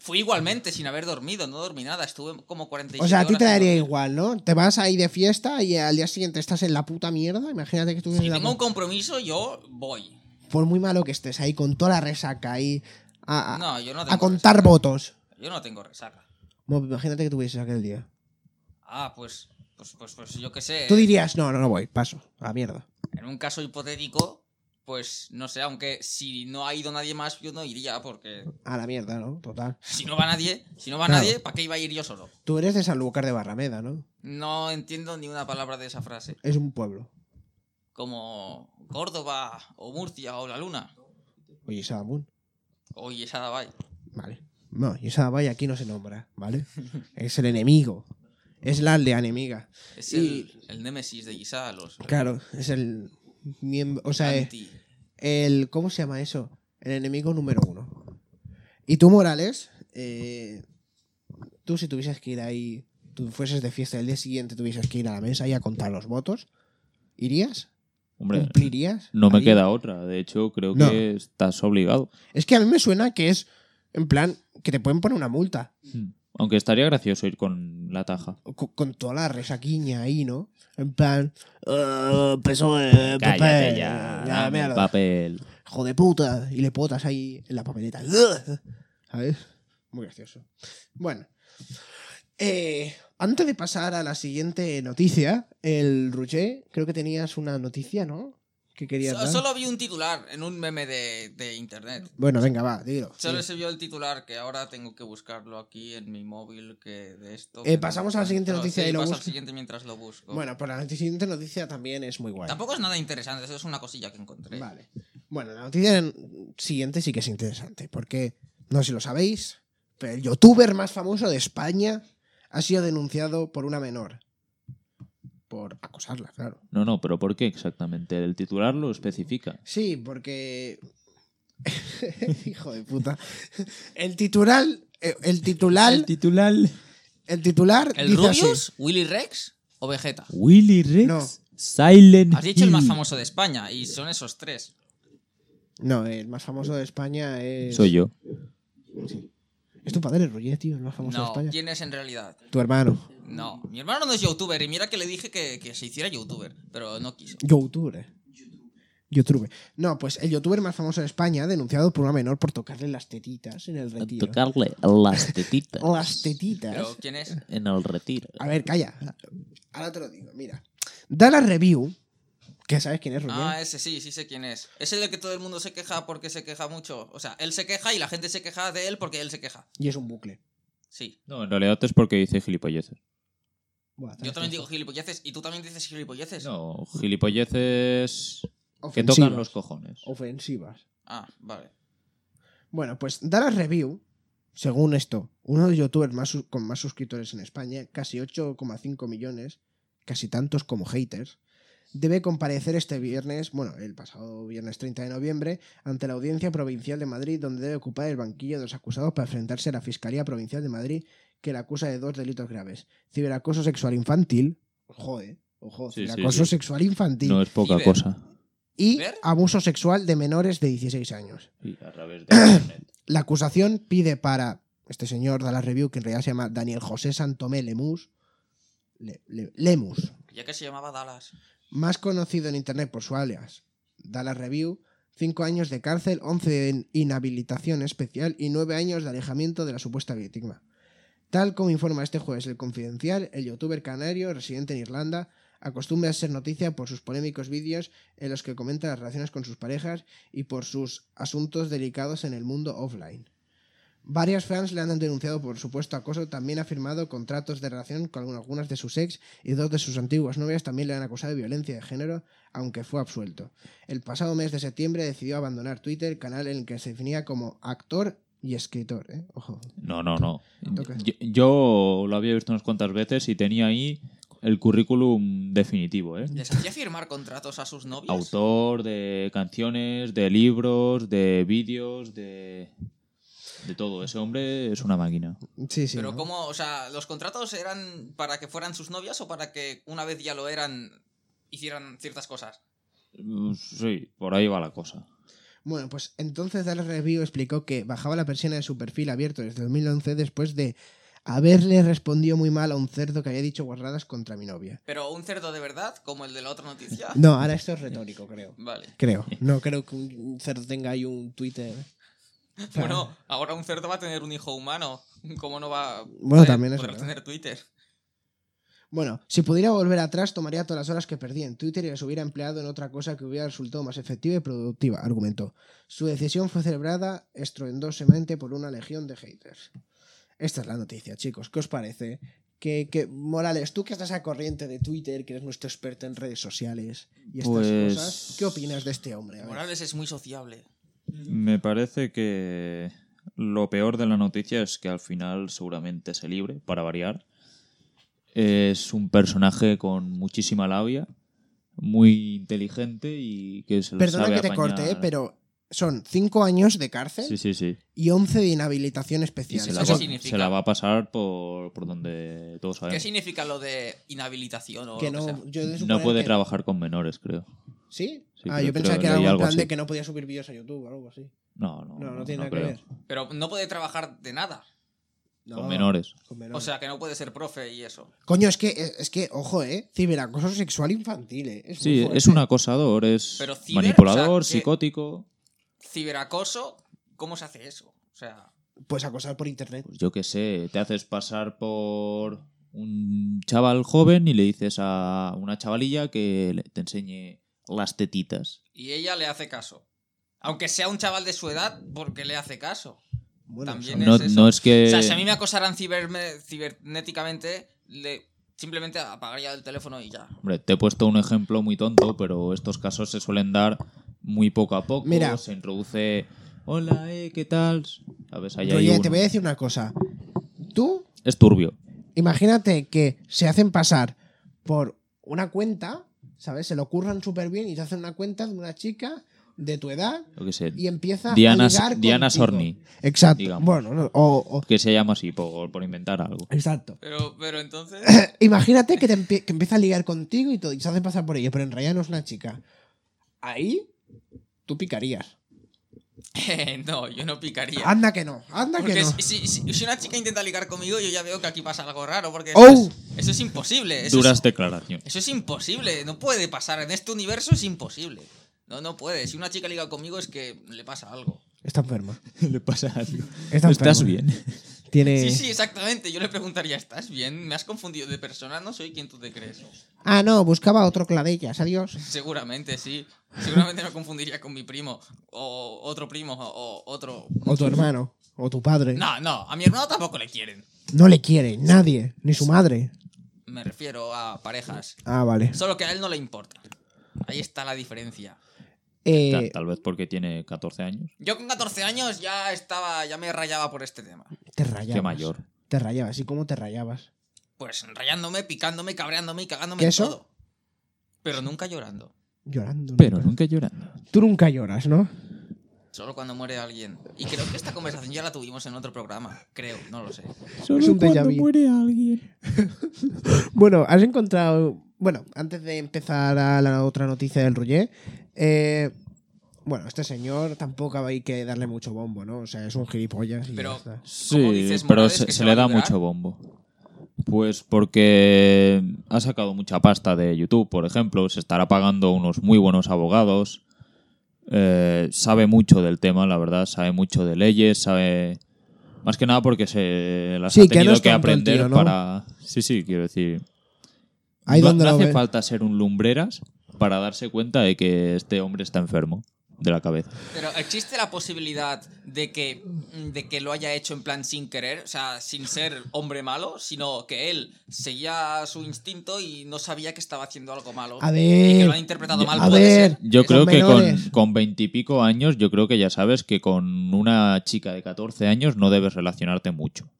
S5: Fui igualmente sin haber dormido, no dormí nada, estuve como 47
S3: o sea, a ti
S5: horas
S3: te
S5: sin
S3: daría
S5: dormir.
S3: igual, ¿no? Te vas ahí de fiesta y al día siguiente estás en la puta mierda. Imagínate que tú
S5: Si tengo un compromiso, yo voy.
S3: por muy malo que estés ahí con toda la resaca ahí a, a-
S5: No, yo no
S3: a
S5: tengo
S3: contar
S5: resaca.
S3: votos.
S5: Yo no tengo resaca.
S3: Bueno, imagínate que tuvieses aquel día.
S5: Ah, pues, pues, pues, pues yo qué sé.
S3: Tú dirías, no, no, no voy, paso, a la mierda.
S5: En un caso hipotético, pues no sé, aunque si no ha ido nadie más, yo no iría, porque
S3: A la mierda, ¿no? Total.
S5: si no va nadie, si no va
S3: Claro.
S5: nadie, ¿para qué iba a ir yo solo?
S3: Tú eres de Sanlúcar de Barrameda, ¿no?
S5: No entiendo ni una palabra de esa frase.
S3: Es un pueblo.
S5: Como Córdoba, o Murcia, o La Luna.
S3: Oye, Sabamún.
S5: Oye, Sadabay.
S3: Vale. No, y esa valla aquí no se nombra, ¿vale? es el enemigo. Es la aldea enemiga.
S5: Es
S3: Y-
S5: el, el némesis de Isa, los
S3: Claro, es el miembro. O sea, eh, es
S5: anti-
S3: el. ¿Cómo se llama eso? El enemigo número uno. Y tú, Morales, eh, tú si tuvieses que ir ahí, tú fueses de fiesta el día siguiente, tuvieses que ir a la mesa y a contar los votos, ¿irías?
S4: Hombre,
S3: ¿Cumplirías?
S4: no me
S3: Ahí.
S4: queda otra. De hecho, creo
S3: No.
S4: que estás obligado.
S3: Es que a mí me suena que es, en plan, que te pueden poner una multa.
S4: Aunque estaría gracioso ir con la taja.
S3: con, con toda la resaquiña ahí, ¿no? En plan, eh, PSOE, PP,
S4: Cállate ya.
S3: ya,
S4: dame el
S3: mierda,
S4: papel.
S3: hijo de puta, y le potas ahí en la papeleta. Ugh. ¿Sabes? Muy gracioso. Bueno, eh, antes de pasar a la siguiente noticia, el Ruger, creo que tenías una noticia, ¿no? Que querías
S5: So-
S3: dar.
S5: solo vi un titular en un meme de, de internet.
S3: Bueno, venga, va, dilo.
S5: Solo
S3: Sí.
S5: se vio el titular, que ahora tengo que buscarlo aquí en mi móvil, que de esto...
S3: Eh,
S5: que no
S3: pasamos a la siguiente
S5: encuentro.
S3: noticia
S5: Sí,
S3: y lo
S5: paso
S3: busco.
S5: al siguiente mientras lo busco.
S3: Bueno, pues la siguiente noticia también es muy guay.
S5: Tampoco es nada interesante, eso es una cosilla que encontré.
S3: Vale. Bueno, la noticia en- siguiente sí que es interesante, porque no sé si lo sabéis, pero el youtuber más famoso de España ha sido denunciado por una menor. Por acosarla, claro.
S4: No, no, pero ¿por qué exactamente? El titular lo especifica.
S3: Sí, porque. Hijo de puta. El titular. eh, El titular.
S4: titular.
S3: El titular.
S5: ¿El
S3: dice así.
S5: Rubius, Willy Rex o Vegeta?
S4: Willy Rex.
S3: No.
S4: Silent
S5: Has dicho el más
S4: Hill.
S5: famoso de España, y son esos tres.
S3: No, el más famoso de España es.
S4: Soy yo.
S3: Es tu padre, Roger, tío, el más famoso de
S5: No,
S3: España.
S5: ¿quién es en realidad?
S3: Tu hermano.
S5: No, mi hermano no es youtuber, y mira que le dije que, que se hiciera youtuber, pero no quiso.
S3: Youtuber. Youtuber. No, pues el youtuber más famoso de España, denunciado por una menor por tocarle las tetitas en el
S4: A
S3: retiro.
S4: tocarle las tetitas.
S3: Las tetitas.
S5: Pero ¿quién es?
S4: En el retiro.
S3: A ver, calla. Ahora te lo digo, mira. Da la review, que sabes quién es, Rubén.
S5: Ah, ese sí, sí sé quién es. Es el de que todo el mundo se queja porque se queja mucho. O sea, él se queja y la gente se queja de él porque él se queja.
S3: Y es un bucle.
S5: Sí.
S4: No, en realidad es porque dice gilipolleces.
S3: Buah,
S5: Yo
S3: ¿sabes
S5: también
S3: quién
S5: digo gilipolleces y tú también dices gilipolleces.
S4: No, gilipolleces
S3: es?
S4: que tocan
S3: Ofensivas.
S4: los cojones.
S3: Ofensivas.
S5: Ah, vale.
S3: Bueno, pues da la review, según esto, uno de los youtubers más, sus- con más suscriptores en España, casi 8,5 millones, casi tantos como haters, debe comparecer este viernes, bueno, el pasado viernes 30 de noviembre, ante la Audiencia Provincial de Madrid, donde debe ocupar el banquillo de los acusados para enfrentarse a la Fiscalía Provincial de Madrid, que la acusa de dos delitos graves, ciberacoso sexual infantil Ojo, eh. Ojo,
S4: Sí, sí,
S3: acoso
S4: sí.
S3: sexual infantil
S4: No es poca
S5: Ciber.
S4: cosa.
S3: y
S5: ¿Ver?
S3: abuso sexual de menores de 16 años.
S4: Y a través de internet.
S3: La acusación pide para este señor de la review, que en realidad se llama Daniel José Santomé Lemus, Le- Le- Lemus,
S5: Ya que se llamaba Dallas.
S3: más conocido en internet por su alias, Dallas Review, 5 años de cárcel, 11 de inhabilitación especial y 9 años de alejamiento de la supuesta víctima. Tal como informa este jueves el Confidencial, el youtuber canario, residente en Irlanda, acostumbra a ser noticia por sus polémicos vídeos en los que comenta las relaciones con sus parejas y por sus asuntos delicados en el mundo offline. Varias fans le han denunciado por supuesto acoso, también ha firmado contratos de relación con algunas de sus ex y dos de sus antiguas novias también le han acusado de violencia de género, aunque fue absuelto. El pasado mes de septiembre decidió abandonar Twitter, canal en el que se definía como actor y escritor. ¿eh? Ojo.
S4: No, no, no.
S3: Toca.
S4: Yo, yo lo había visto unas cuantas veces y tenía ahí el currículum definitivo, ¿eh?
S5: ¿Les hacía firmar contratos a sus novias?
S4: Autor de canciones, de libros, de vídeos, de. de todo. Ese hombre es una máquina.
S3: Sí, sí.
S5: Pero
S3: ¿no?
S5: cómo, o sea, ¿los contratos eran para que fueran sus novias o para que una vez ya lo eran, hicieran ciertas cosas?
S4: Mm, Sí, por ahí va la cosa.
S3: Bueno, pues entonces Dallas Review explicó que bajaba la persiana de su perfil abierto desde 2011 después de haberle respondido muy mal a un cerdo que había dicho guarradas contra mi novia.
S5: Pero un cerdo de verdad, como el de la otra noticia.
S3: No, ahora esto es retórico, creo.
S5: Vale.
S3: Creo. No creo que un cerdo tenga ahí un Twitter.
S5: Bueno, ahora un cerdo va a tener un hijo humano. ¿Cómo no va a
S3: Bueno, también es
S5: poder
S3: verdad.
S5: tener Twitter?
S3: Bueno, si pudiera volver atrás, tomaría todas las horas que perdí en Twitter y las hubiera empleado en otra cosa que hubiera resultado más efectiva y productiva, argumentó. Su decisión fue celebrada estruendosamente por una legión de haters. Esta es la noticia, chicos. ¿Qué os parece? Que, que- Morales, tú que estás a corriente de Twitter, que eres nuestro experto en redes sociales y estas
S4: Pues-
S3: cosas, ¿qué opinas de este hombre? A ver.
S5: Morales es muy sociable.
S4: Me parece que lo peor de la noticia es que al final seguramente se libre, para variar. Es un personaje con muchísima labia, muy inteligente y que se lo
S3: Perdona
S4: sabe
S3: que te
S4: apañar.
S3: corte, ¿eh? pero son cinco años de cárcel
S4: Sí, sí, sí.
S3: y 11 de inhabilitación
S4: Y
S3: especial.
S4: se la,
S5: ¿Eso
S4: va,
S5: qué significa?
S4: se la va a pasar por, por donde todos
S5: ¿Qué
S4: sabemos.
S5: significa lo de inhabilitación o
S3: que
S5: lo que
S3: no,
S5: sea?
S3: yo he de
S4: No
S3: suponer
S4: puede
S3: que-
S4: trabajar con menores, creo.
S3: ¿Sí?
S4: Sí,
S3: ah,
S4: creo-
S3: yo pensaba
S4: creo
S3: que era
S4: leí
S3: algo en
S4: algo
S3: plan de
S4: así.
S3: que no podía subir vídeos a YouTube o algo así.
S4: No, no.
S3: No, no tiene nada que
S4: creo.
S3: ver.
S5: Pero no puede trabajar de nada.
S3: No,
S4: Con menores.
S3: con menores.
S5: O sea, que no puede ser profe y eso.
S3: Coño, es que, es, es que, ojo, ¿eh? Ciberacoso sexual infantil, ¿eh? Es muy
S4: Sí,
S3: fuerte.
S4: es un acosador, es
S5: Pero ciber,
S4: manipulador,
S5: o sea, que-
S4: psicótico.
S5: Ciberacoso, ¿cómo se hace eso? O sea,
S3: Pues acosar por internet.
S4: pues yo qué sé, te haces pasar por un chaval joven y le dices a una chavalilla que le- te enseñe las tetitas.
S5: y ella le hace caso. Aunque sea un chaval de su edad, porque le hace caso.
S3: Bueno,
S5: También
S3: eso-
S4: No no
S5: es
S4: es,
S5: eso.
S4: que...
S5: O sea,
S3: Eh.
S5: si a mí me acosaran ciberme- cibernéticamente, le simplemente apagaría el teléfono y ya.
S4: Hombre, te he puesto un ejemplo muy tonto, pero estos casos se suelen dar muy poco a poco.
S3: Mira.
S4: Se introduce... Hola, eh, ¿qué tal? ¿Sabes? Ahí hay
S3: Roger,
S4: uno.
S3: te voy a decir una cosa. Tú,
S4: Es turbio.
S3: imagínate que se hacen pasar por una cuenta, ¿sabes? Se lo curran súper bien y se hacen una cuenta de una chica de tu edad
S4: Yo qué sé.
S3: y empieza
S4: Diana,
S3: a ligar
S4: Diana
S3: contigo.
S4: Sorni,
S3: Exacto.
S4: digamos.
S3: Bueno, no, o- o...
S4: que se llama así por, por inventar algo.
S3: Exacto. Eh,
S5: Pero, pero entonces.
S3: Imagínate que, te empie- que empieza a ligar contigo y, todo, y se hace pasar por ella, pero en realidad no es una chica. Ahí tú picarías.
S5: no, yo no picaría.
S3: Anda que no, anda
S5: Porque
S3: que no.
S5: si, si- si una chica intenta ligar conmigo, yo ya veo que aquí pasa algo raro. Porque
S3: ¡Oh!
S5: eso, es, eso es imposible. Eso,
S4: Duras
S5: es,
S4: declaraciones.
S5: eso es imposible. No puede pasar. En este universo es imposible. No, no puede. Si una chica liga conmigo es que le pasa algo.
S3: Está enferma.
S4: Le pasa algo.
S3: Está
S4: ¿Estás
S3: enfermo.
S4: bien?
S3: Tiene.
S5: Sí, sí, exactamente. Yo le preguntaría, ¿estás bien? ¿Me has confundido de persona? No soy quien tú te crees.
S3: Ah, no, buscaba otro clavellas, adiós.
S5: Seguramente, sí. Seguramente me confundiría con mi primo. O otro primo. O o otro.
S3: O tu hermano, o tu padre.
S5: No, no. A mi hermano tampoco le quieren.
S3: No le quiere nadie, ni su madre.
S5: Me refiero a parejas.
S3: Ah, vale.
S5: Solo que a él no le importa. Ahí está la diferencia.
S3: Eh,
S4: Tal, tal vez porque tiene 14 años.
S5: Yo con 14 años ya estaba, ya me rayaba por este tema.
S3: te rayabas.
S4: Qué mayor.
S3: Te rayabas. ¿Y cómo te rayabas?
S5: Pues rayándome, picándome, cabreándome y cagándome
S3: ¿Qué
S5: en
S3: eso?
S5: todo. Pero nunca llorando.
S3: Llorando.
S4: Pero nunca llorando.
S3: Tú nunca lloras, ¿no?
S5: Solo cuando muere alguien. Y creo que esta conversación ya la tuvimos en otro programa. Creo, no lo sé.
S6: Solo
S3: Es un déjà
S6: cuando
S3: vu.
S6: muere alguien.
S3: Bueno, has encontrado. Bueno, antes de empezar a la otra noticia del Ruller, bueno, este señor tampoco hay que darle mucho bombo, ¿no? O sea, es un gilipollas. Y ya
S5: Pero,
S3: está.
S5: ¿cómo
S4: Sí,
S5: dices,
S4: pero
S5: Morales, que
S4: se, se
S5: va
S4: le
S5: a
S4: da
S5: liberar?
S4: mucho bombo. Pues porque ha sacado mucha pasta de YouTube, por ejemplo, se estará pagando unos muy buenos abogados, eh, sabe mucho del tema, la verdad, sabe mucho de leyes, sabe... Más que nada porque se las ha
S3: Sí, que no
S4: tenido
S3: es
S4: que,
S3: tonto el
S4: aprender
S3: tío, ¿no?
S4: para... Sí, sí, quiero decir...
S3: Ahí
S4: no
S3: donde
S4: no
S3: lo
S4: hace
S3: ves.
S4: falta ser un lumbreras para darse cuenta de que este hombre está enfermo de la cabeza.
S5: Pero existe la posibilidad de que, de que lo haya hecho en plan sin querer, o sea, sin ser hombre malo, sino que él seguía su instinto y no sabía que estaba haciendo algo malo.
S3: A
S5: y que
S3: ver.
S5: lo han interpretado mal.
S3: a
S5: puede
S3: ver.
S5: ser.
S4: Yo
S5: Es-
S4: creo
S3: Son
S4: que
S3: menores.
S4: con- con veintipico años, yo creo que ya sabes que con una chica de 14 años no debes relacionarte mucho.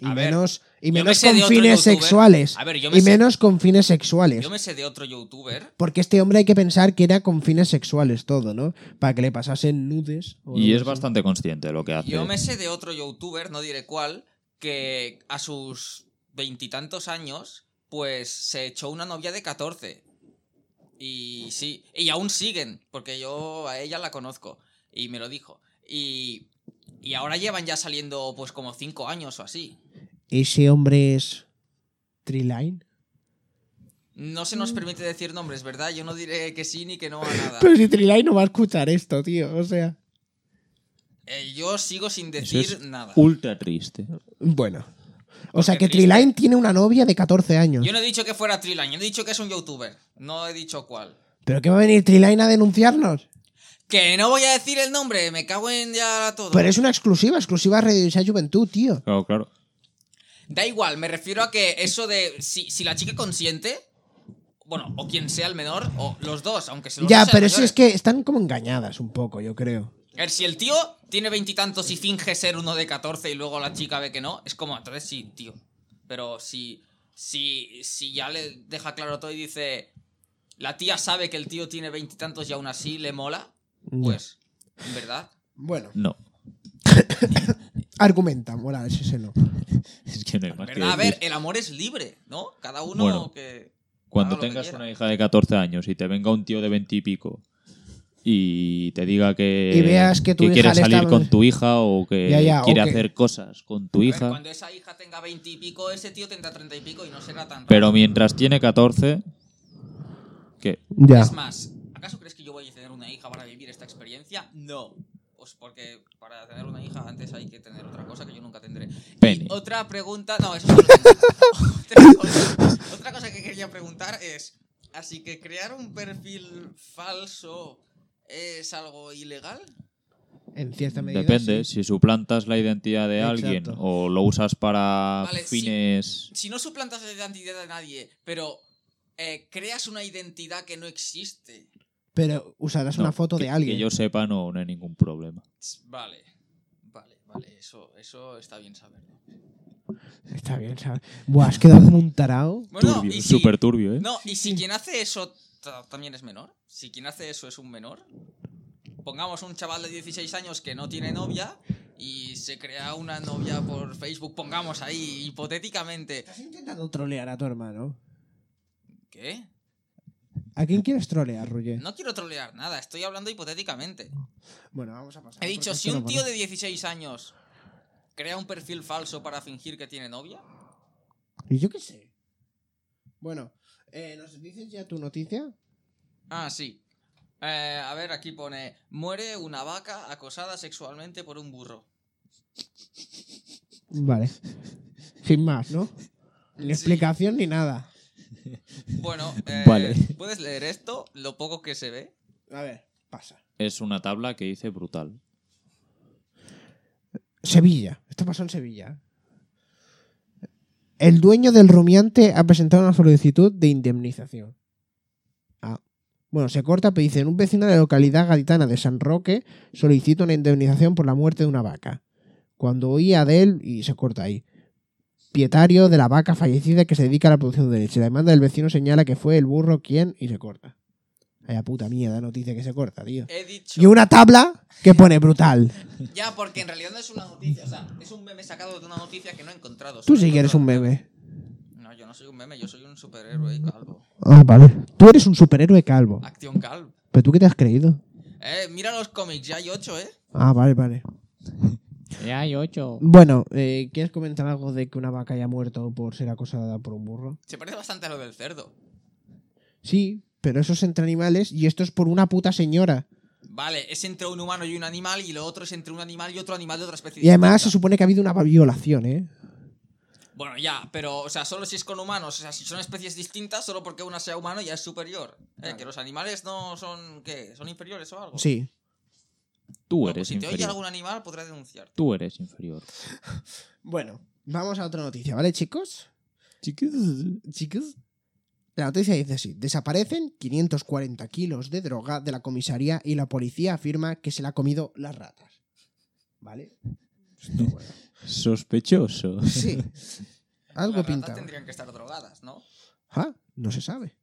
S3: Y
S5: A ver,
S3: menos, y
S5: yo me
S3: menos
S5: sé
S3: con
S5: de otro
S3: fines
S5: youtuber.
S3: sexuales.
S5: A ver, yo me
S3: Y
S5: sé-
S3: menos con fines sexuales.
S5: Yo me sé de otro youtuber.
S3: Porque este hombre hay que pensar que era con fines sexuales todo, ¿no? Para que le pasasen nudes. o
S4: Y
S3: algo
S4: es
S3: así.
S4: bastante consciente de lo que hace.
S5: Yo me sé de otro youtuber, no diré cuál, que a sus veintitantos años, pues se echó una novia de 14. Y sí, y aún siguen, porque yo a ella la conozco y me lo dijo. Y, y ahora llevan ya saliendo pues como cinco años o así.
S3: Ese hombre es. Triline.
S5: No se nos permite decir nombres, ¿verdad? Yo no diré que sí ni que no a nada.
S3: Pero si Triline no va a escuchar esto, tío. O sea.
S5: Eh, yo sigo sin
S4: Eso
S5: decir
S4: es
S5: nada.
S4: ultra triste.
S3: Bueno. O sea
S5: Porque
S3: que
S5: triste.
S3: Triline tiene una novia de 14 años.
S5: Yo no he dicho que fuera Triline, he dicho que es un youtuber. No he dicho cuál.
S3: ¿Pero qué va a venir Triline a denunciarnos?
S5: Que no voy a decir el nombre, me cago en ya todo.
S3: Pero es una exclusiva, exclusiva Radio Isla Juventud, tío.
S4: Claro, claro.
S5: Da igual, me refiero a que eso de si, si la chica consiente, bueno, o quien sea el menor, o los dos, aunque se los
S3: Ya,
S5: dos sean
S3: pero si es
S5: mayores.
S3: que están como engañadas un poco, yo creo.
S5: A ver, si el tío tiene veintitantos y, finge ser uno de 14 y luego la chica ve que no, es como, entonces sí, tío. Pero si, si, si ya le deja claro todo y dice, la tía sabe que el tío tiene veintitantos y aún así le mola, pues, ¿verdad?
S3: Bueno,
S4: No.
S3: argumenta, Morales, ese no.
S4: Es que no hay más que
S5: ¿Verdad? A
S4: decir.
S5: ver, eh, el amor es libre, ¿no? Cada uno
S4: Bueno.
S5: que...
S4: Cuando
S5: haga lo que
S4: tengas
S5: quiera.
S4: una hija de 14 años y te venga un tío de 20 y pico y te diga que,
S3: Y veas que tu hija
S4: quiere
S3: le está-
S4: salir con tu hija o que
S3: Ya, ya,
S4: quiere
S3: o que-
S4: hacer cosas con tu
S5: A ver,
S4: hija.
S5: cuando esa hija tenga 20 y pico, ese tío tendrá 30 y pico y no será tan raro.
S4: Pero mientras tiene 14, que
S3: Ya.
S5: Es más, ¿acaso crees que yo voy a tener una hija para vivir esta experiencia? No. Pues porque para tener una hija antes hay que tener otra cosa que yo nunca tendré.
S4: Pene.
S5: Y otra pregunta. No, eso solo tengo. otra, cosa, otra cosa que quería preguntar es: ¿así que crear un perfil falso es algo ilegal?
S3: En cierta medida.
S4: Depende,
S3: sí.
S4: si suplantas la identidad de
S3: Exacto.
S4: alguien o lo usas para
S5: Vale, sí.
S4: fines...
S5: Si no suplantas la identidad de nadie, pero eh, creas una identidad que no existe.
S3: Pero usarás
S4: No,
S3: una foto
S4: que-
S3: de alguien.
S4: Que yo sepa, no, no hay ningún problema.
S5: Vale, vale, vale, eso, eso está bien saberlo.
S3: Está bien, ¿sabes? Buah, has quedado como un tarao.
S4: turbio, súper turbio, ¿eh?
S5: No, y si quien hace eso ta- también es menor, si quien hace eso es un menor, pongamos un chaval de 16 años que no tiene novia y se crea una novia por Facebook, pongamos ahí hipotéticamente.
S3: Estás intentando trolear a tu hermano.
S5: ¿Qué?
S3: ¿A quién quieres trolear, Roger?
S5: No quiero trolear nada, estoy hablando hipotéticamente.
S3: Bueno, vamos a pasar.
S5: He
S3: porque
S5: dicho,
S3: esto
S5: si
S3: no
S5: un tío
S3: mola.
S5: de 16 años crea un perfil falso para fingir que tiene novia,
S3: ¿Y yo qué sé? Bueno, eh, ¿nos dices ya tu noticia?
S5: Ah, sí. Eh, a ver, aquí pone: Muere una vaca acosada sexualmente por un burro.
S3: Vale. Sin más, ¿no? Ni explicación ni nada.
S5: Bueno, eh,
S4: Vale.
S5: ¿puedes leer esto? Lo poco que se ve.
S3: A ver, pasa.
S4: Es una tabla que hice brutal.
S3: Sevilla. Esto pasó en Sevilla. El dueño del rumiante ha presentado una solicitud de indemnización. Ah. Bueno, se corta, pero dicen, un vecino de la localidad gaditana de San Roque solicita una indemnización por la muerte de una vaca. Cuando huía de él, y se corta ahí. Pietario de la vaca fallecida que se dedica a la producción de leche. La demanda del vecino señala que fue el burro quien, y se corta. Vaya puta mierda noticia que se corta, tío.
S5: He dicho.
S3: Y una tabla que pone brutal.
S5: Ya, porque en realidad no es una noticia. O sea, es un meme sacado de una noticia que no he encontrado.
S3: Tú
S5: solo he
S3: sí que eres un
S5: encontrado-
S3: meme.
S5: No, yo no soy un meme, yo soy un superhéroe y calvo.
S3: Ah, vale. Tú eres un superhéroe calvo.
S5: Acción calvo.
S3: ¿Pero tú qué te has creído?
S5: Eh, mira los cómics, ya hay ocho, ¿eh?
S3: Ah, vale, vale.
S6: Ya Eh, hay ocho.
S3: Bueno, eh, ¿quieres comentar algo de que una vaca haya muerto por ser acosada por un burro?
S5: Se parece bastante a lo del cerdo.
S3: Sí, pero eso es entre animales y esto es por una puta señora.
S5: Vale, es entre un humano y un animal y lo otro es entre un animal y otro animal de otra especie.
S3: Y además se
S5: distinta.
S3: supone que ha habido una violación, ¿eh?
S5: Bueno, ya, pero, o sea, solo si es con humanos. O sea, si son especies distintas, solo porque una sea humano ya es superior. Eh, Que los animales no son, ¿qué? ¿Son inferiores o algo?
S3: Sí.
S4: Tú
S5: Bueno, pues
S4: eres
S5: si te oye
S4: inferior.
S5: algún animal, podrá denunciarte.
S4: Tú eres inferior.
S3: Bueno, vamos a otra noticia, ¿vale, chicos? Chicos. Chicos. La noticia dice así: desaparecen 540 kilos de droga de la comisaría y la policía afirma que se la ha comido las ratas. ¿Vale? Esto, bueno,
S4: Sospechoso.
S3: Sí. Algo
S5: Las ratas
S3: pinta.
S5: tendrían que estar drogadas, ¿no?
S3: Ah, no se sabe.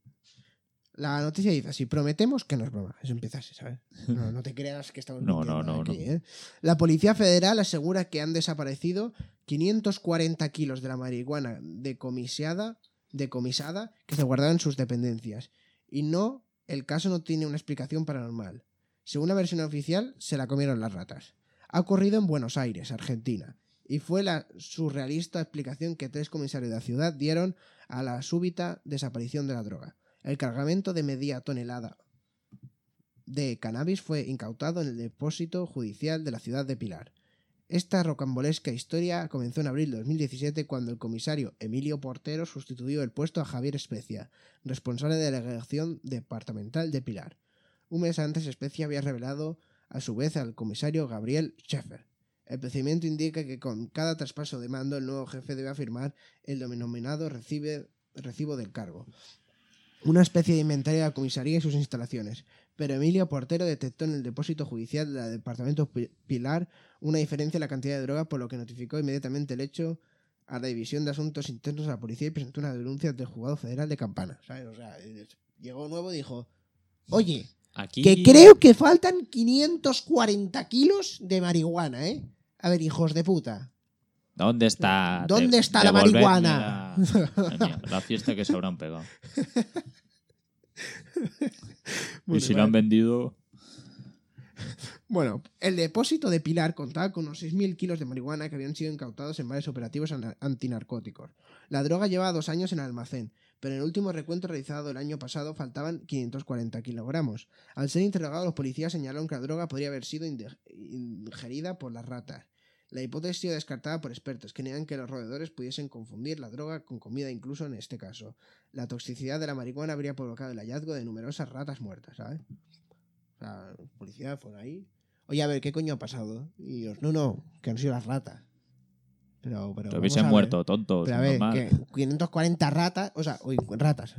S3: La noticia dice así, prometemos que no es broma. Eso empieza así, ¿sabes? No, no te creas que estamos
S4: No,
S3: mintiendo
S4: no, no,
S3: aquí,
S4: no.
S3: ¿eh? La Policía Federal asegura que han desaparecido 540 kilos de la marihuana decomisada, decomisada que se guardaba en sus dependencias. Y no, el caso no tiene una explicación paranormal. Según la versión oficial, se la comieron las ratas. Ha ocurrido en Buenos Aires, Argentina. Y fue la surrealista explicación que tres comisarios de la ciudad dieron a la súbita desaparición de la droga. El cargamento de media tonelada de cannabis fue incautado en el depósito judicial de la ciudad de Pilar. Esta rocambolesca historia comenzó en abril de 2017 cuando el comisario Emilio Portero sustituyó el puesto a Javier Especia, responsable de la delegación departamental de Pilar. Un mes antes Especia había revelado a su vez al comisario Gabriel Schaeffer. El procedimiento indica que con cada traspaso de mando el nuevo jefe debe afirmar el denominado recibe, recibo del cargo. Una especie de inventario de la comisaría y sus instalaciones. Pero Emilio Portero detectó en el depósito judicial del departamento Pi- Pilar una diferencia en la cantidad de droga, por lo que notificó inmediatamente el hecho a la División de Asuntos Internos de la Policía y presentó una denuncia ante el juzgado federal de Campana. ¿sabes? O sea, eh, llegó nuevo y dijo, oye,
S4: Aquí.
S3: que creo que faltan 540 kilos de marihuana, ¿eh? A ver, hijos de puta.
S4: ¿Dónde está?
S3: ¿Dónde
S4: de-
S3: está la
S4: devolvedme
S3: marihuana?
S4: La, la mía- la fiesta que se habrán pegado. y
S3: Bueno,
S4: si
S3: vale.
S4: lo han vendido.
S3: Bueno, el depósito de Pilar contaba con unos 6.000 kilos de marihuana que habían sido incautados en varios operativos ana- antinarcóticos. La droga llevaba dos años en almacén, pero en el último recuento realizado el año pasado faltaban 540 kilogramos. Al ser interrogados, los policías señalaron que la droga podría haber sido inde- ingerida por las ratas. La hipótesis ha sido descartada por expertos, que niegan que los roedores pudiesen confundir la droga con comida incluso en este caso. La toxicidad de la marihuana habría provocado el hallazgo de numerosas ratas muertas, ¿sabes? O sea, los policías fueron ahí, Oye, a ver, ¿qué coño ha pasado? Y ellos, no, no, que han sido las ratas. Pero, pero.
S4: Te
S3: vamos
S4: hubiesen
S3: a ver.
S4: muerto, tontos.
S3: Pero a ver,
S4: normal.
S3: que 540 ratas, o sea, uy, ratas,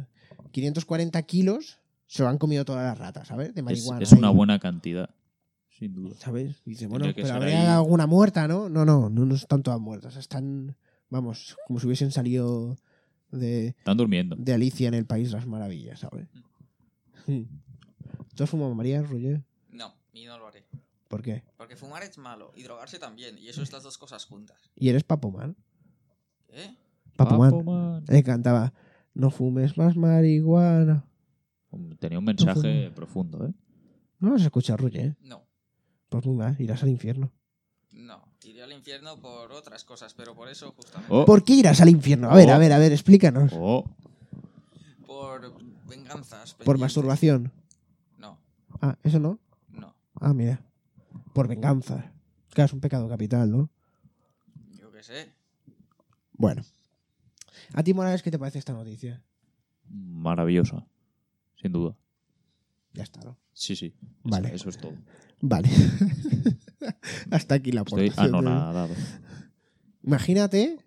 S3: 540 kilos se lo han comido todas las ratas, ¿sabes? De
S4: Es,
S3: marihuana.
S4: es una
S3: ahí,
S4: buena cantidad. Sin duda.
S3: ¿Sabes? Y dice, bueno,
S4: Tendría que
S3: pero
S4: ser
S3: habría
S4: ahí-
S3: alguna muerta, ¿no? No, no, no, no están todas muertas. Están, vamos, como si hubiesen salido de,
S4: Están durmiendo.
S3: de Alicia en el País de las Maravillas, ¿sabes? ¿Tú has fumado María, Roger?
S5: No, y no lo haré.
S3: ¿Por qué?
S5: Porque fumar es malo y drogarse también, y eso es las dos cosas juntas.
S3: ¿Y eres Papoman?
S5: ¿Eh?
S3: Papoman.
S4: Papo Man.
S3: Le cantaba, no fumes más marihuana. Eh.
S4: Um, Tenía un mensaje
S3: Profundo.
S4: profundo, ¿eh?
S3: No vas a escuchar, Roger, ¿eh?
S5: No,
S3: Pues nunca, irás al infierno.
S5: no. Iré al infierno por otras cosas, pero por eso justamente.
S4: Oh,
S3: ¿Por qué irás al infierno? A ver, a ver, a ver, explícanos.
S4: oh,
S5: Por venganzas.
S3: Oh. Por
S5: pendientes.
S3: masturbación.
S5: No,
S3: Ah, ¿eso no?
S5: no.
S3: Ah, mira. Por venganza. Claro, es un pecado capital, ¿no?
S5: Yo qué sé.
S3: Bueno. A ti, Morales, ¿qué te parece esta noticia?
S4: maravillosa. Sin duda.
S3: Ya está, ¿no?
S4: Sí, sí. Eso-
S3: Vale.
S4: Eso es todo.
S3: Vale. Hasta aquí la
S4: Estoy
S3: aportación de-
S4: anonadado.
S3: Imagínate,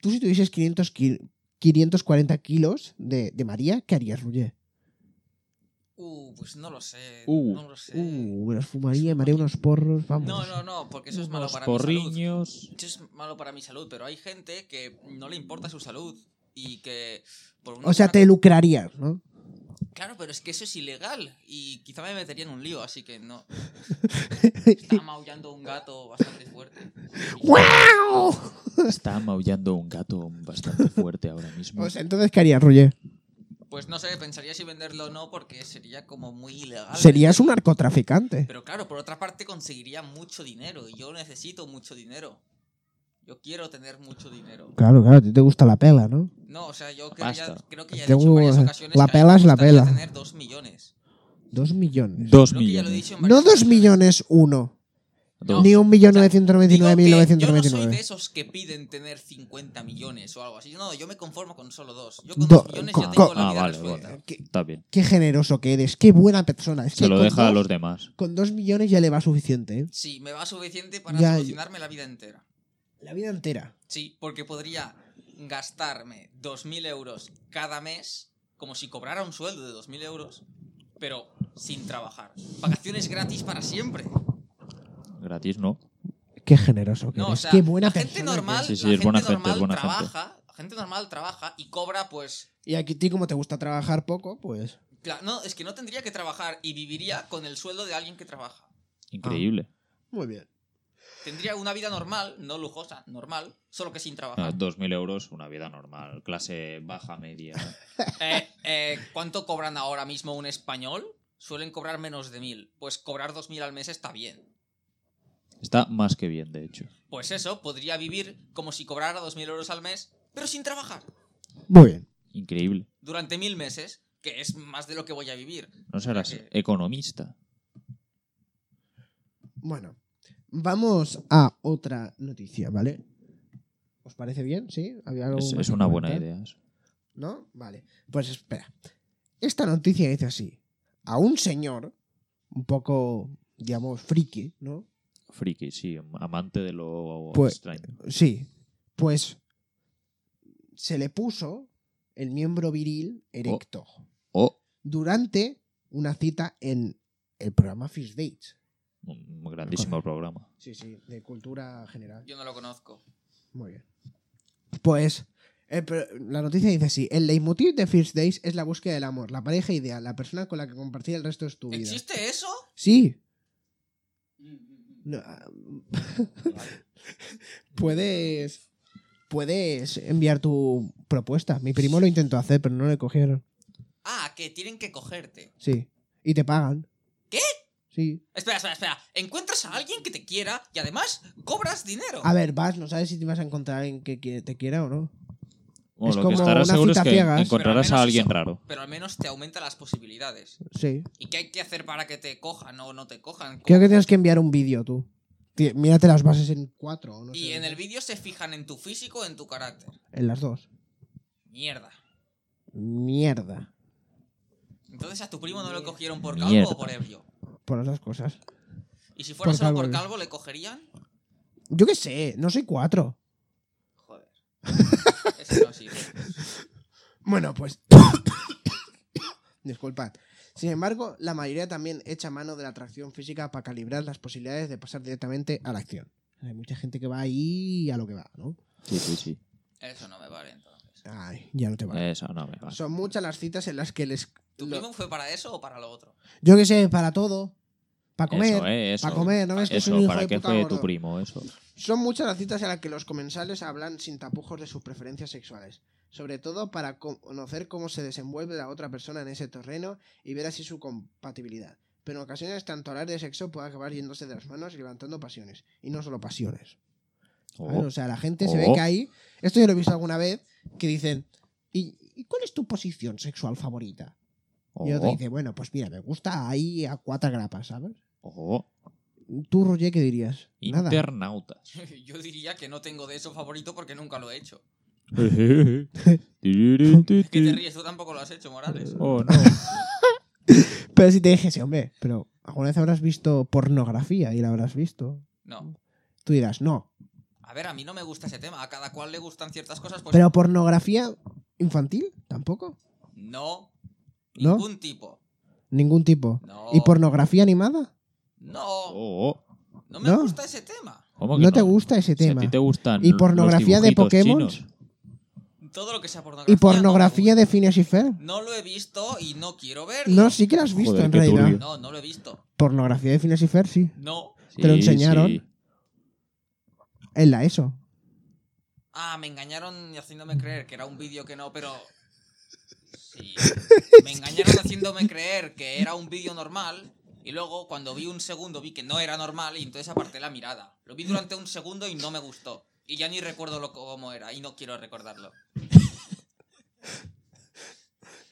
S3: tú si tuvieses 500 ki- 540 kilos de, de María, ¿qué harías, Roger?
S5: Uh, pues no lo sé.
S4: Uh,
S5: no lo sé.
S3: Uh, me los fumaría, me haría unos porros, vamos. Uh,
S5: no, no, no, porque eso es malo
S4: Unos
S5: para mi salud.
S4: porriños.
S5: Eso es malo para mi salud, pero hay gente que no le importa su salud y que. por una
S3: O sea,
S5: buena-
S3: te lucrarías, ¿no?
S5: Claro, pero es que eso es ilegal y quizá me metería en un lío, así que no. Estaba maullando un gato bastante fuerte.
S3: ¡Guau!
S4: Está maullando un gato bastante fuerte ahora mismo.
S3: O sea, entonces, ¿qué harías, Roger?
S5: Pues no sé, pensaría si venderlo o no porque sería como muy ilegal.
S3: Serías un narcotraficante.
S5: Pero claro, por otra parte conseguiría mucho dinero y yo necesito mucho dinero. Yo quiero tener mucho dinero.
S3: Claro, claro, a ti te gusta la pela, ¿no?
S5: No, o sea, yo creo,
S4: pasta.
S5: ya- creo que ya he
S3: Yo-
S5: dicho en varias ocasiones
S3: uh, la
S5: que a mí
S3: pela
S5: me
S3: es la
S5: gustaría
S3: pela.
S5: tener dos millones.
S3: Dos millones.
S4: Dos
S5: Creo que ya lo he
S4: millones.
S5: dicho en
S3: No
S5: varias
S3: dos
S5: ocasiones.
S3: millones uno.
S4: Dos.
S3: Ni un millón
S5: O sea,
S3: novecientos
S5: Digo
S3: noventa y
S5: que
S3: nueve mil
S5: yo no soy de
S3: novecientos noventa y nueve.
S5: esos que piden tener 50 millones o algo así. No, yo me conformo con solo dos. Yo con
S3: Do-
S5: dos millones
S3: con-
S5: ya tengo
S3: con-
S5: la
S4: Ah,
S5: vida
S4: vale,
S5: resuelta.
S4: vale.
S3: Qué-
S4: Está bien.
S3: Qué generoso que eres, qué buena persona. Es
S4: Se
S3: que
S4: lo
S3: con
S4: deja a
S3: dos-
S4: los demás.
S3: Con dos millones ya le va suficiente, ¿eh?
S5: Sí, me va suficiente para
S3: Ya, ya.
S5: solucionarme la vida entera.
S3: La vida entera.
S5: Sí, porque podría gastarme 2.000 euros cada mes, como si cobrara un sueldo de 2.000 euros, pero sin trabajar. Vacaciones gratis para siempre.
S4: Gratis, ¿no?
S3: Qué generoso que
S5: No, o
S3: eres.
S5: sea,
S3: qué buena
S5: la gente
S3: persona que
S5: normal,
S3: eres.
S4: Sí, sí,
S5: la
S4: es
S5: gente
S4: buena gente, es
S5: normal
S4: buena gente.
S5: trabaja, la gente normal trabaja y cobra pues
S3: Y aquí, ti, como te gusta trabajar poco, pues.
S5: Cla- no, es que no tendría que trabajar y viviría con el sueldo de alguien que trabaja.
S4: Increíble.
S3: Muy bien.
S5: Tendría una vida normal, no lujosa, normal, solo que sin
S4: Ah,
S5: trabajar.
S4: 2.000 euros, una vida normal. Clase baja, media.
S5: Eh, eh, ¿Cuánto cobran ahora mismo un español? Suelen cobrar menos de mil. Pues cobrar dos mil al mes está bien.
S4: Está más que bien, de hecho.
S5: Pues eso, podría vivir como si cobrara dos mil euros al mes, pero sin trabajar.
S3: Muy bien.
S4: Increíble.
S5: Durante mil meses, que es más de lo que voy a vivir.
S4: No serás
S5: que-
S4: economista.
S3: Bueno, vamos a otra noticia, ¿vale? ¿Os parece bien? ¿Sí? ¿Había algo
S4: Es,
S3: más
S4: es
S3: que
S4: una buena
S3: comentar?
S4: idea. eso.
S3: ¿No? Vale. Pues espera. Esta noticia dice así. A un señor, un poco, digamos, friki, ¿no?
S4: Friki, sí. Amante de lo
S3: Pues-
S4: extraño.
S3: Sí. Pues se le puso el miembro viril erecto
S5: Oh.
S4: O
S3: durante una cita en el programa First Dates.
S4: un grandísimo programa.
S3: Sí, sí, de cultura general.
S5: Yo no lo conozco.
S3: Muy bien. Pues el pro- la noticia dice así. El leitmotiv de First Dates es la búsqueda del amor, la pareja ideal, la persona con la que compartir el resto de tu vida.
S5: ¿Existe eso?
S3: Sí. No, ah, puedes. Puedes enviar tu propuesta. Mi primo lo intentó hacer, pero no le cogieron.
S5: Ah, que tienen que cogerte.
S3: Sí. Y te pagan.
S5: ¿Qué?
S3: Sí.
S5: Espera, espera, espera. Encuentras a alguien que te quiera y además cobras dinero.
S3: A ver, vas, no sabes si te vas a encontrar en que qui- te quiera o no.
S4: Bueno,
S3: Es
S4: lo que
S3: como
S4: estarás
S3: una
S4: seguro es
S3: cita
S4: que
S3: ciegas.
S4: encontrarás
S5: Pero
S4: a
S5: al menos
S4: alguien
S5: eso-
S4: raro.
S5: Pero al menos te aumenta las posibilidades.
S3: Sí.
S5: ¿Y qué hay que hacer para que te cojan o no te cojan?
S3: Creo que tienes que enviar un vídeo tú. Ti- Mírate las bases en cuatro o no
S5: Y
S3: sé.
S5: en el vídeo se fijan en tu físico o en tu carácter.
S3: En las dos.
S5: Mierda.
S3: Mierda.
S5: Entonces a tu primo no lo cogieron por calvo
S4: Mierda.
S5: o por ebrio.
S3: Por las dos cosas.
S5: Y si fuera
S3: Por
S5: solo
S3: calvo,
S5: por
S3: ebrio.
S5: calvo, ¿le cogerían?
S3: Yo qué sé, no soy cuatro.
S5: Joder. Eso no sirve.
S3: Bueno, pues. Disculpad. Sin embargo, la mayoría también echa mano de la atracción física para calibrar las posibilidades de pasar directamente a la acción. Hay mucha gente que va ahí a lo que va, ¿no?
S4: Sí, sí, sí.
S5: Eso no me vale entonces.
S3: Ay, ya no te va.
S4: Esa no me vale.
S3: Son muchas las citas en las que les.
S5: ¿Tu
S3: lo-
S5: primo fue para eso o para lo otro?
S3: Yo qué sé, para todo. Para comer.
S4: Eso, eh, eso.
S3: Para comer, ¿no ves que es un
S4: Eso,
S3: hijo
S4: ¿para
S3: de
S4: qué
S3: puta
S4: fue
S3: gordo?
S4: tu primo eso?
S3: Son muchas las citas en las que los comensales hablan sin tapujos de sus preferencias sexuales, sobre todo para co- conocer cómo se desenvuelve la otra persona en ese terreno y ver así su compatibilidad. Pero en ocasiones tanto hablar de sexo puede acabar yéndose de las manos y levantando pasiones, y no solo pasiones. ¿sabes?
S4: Oh,
S3: O sea, la gente se ve
S4: Oh.
S3: que ahí, esto yo lo he visto alguna vez, que dicen, ¿y, y cuál es tu posición sexual favorita? Y el otro
S4: oh,
S3: dice, bueno, pues mira, me gusta ahí a cuatro grapas, ¿sabes?
S4: oh.
S3: ¿Tú, Roger, qué dirías? Nada.
S4: Internautas.
S5: Yo diría que no tengo de eso favorito porque nunca lo he hecho. ¿Qué te ríes? Tú tampoco lo has hecho,
S3: Eh,
S5: Morales.
S4: Oh, no.
S3: Pero si te dijese, hombre, pero alguna vez habrás visto pornografía y la habrás visto.
S5: No.
S3: Tú dirás, no.
S5: A ver, a mí no me gusta ese tema. A cada cual le gustan ciertas cosas, pues
S3: Pero pornografía infantil, tampoco.
S5: no.
S3: ¿No?
S5: Ningún tipo.
S3: Ningún tipo.
S5: No.
S3: ¿Y pornografía animada?
S5: No,
S4: Oh, oh.
S5: no me
S3: ¿No?
S5: gusta ese tema.
S4: ¿Cómo
S3: No,
S4: que
S3: te gusta ese
S4: Si a
S3: tema.
S4: ti te gustan
S3: ¿Y
S4: los
S3: pornografía de
S4: dibujitos
S3: Pokémon?
S4: chinos.
S5: todo lo que sea pornografía.
S3: ¿Y
S5: no
S3: pornografía
S5: me
S3: de Phineas y Ferb?
S5: gusta. No lo he visto y no quiero verlo.
S3: No, sí que la has visto
S4: Joder,
S3: en
S4: qué
S3: realidad.
S4: turbio.
S5: No, no lo he visto.
S3: Pornografía de Phineas y Ferb, sí.
S5: No.
S3: Te lo enseñaron. En la ESO.
S5: Ah, me engañaron haciéndome creer que era un vídeo que no, pero. Sí. Me engañaron haciéndome creer que era un vídeo normal. Y luego, cuando vi un segundo, vi que no era normal. Y entonces aparté la mirada. Lo vi durante un segundo y no me gustó. Y ya ni recuerdo lo, cómo era. Y no quiero recordarlo.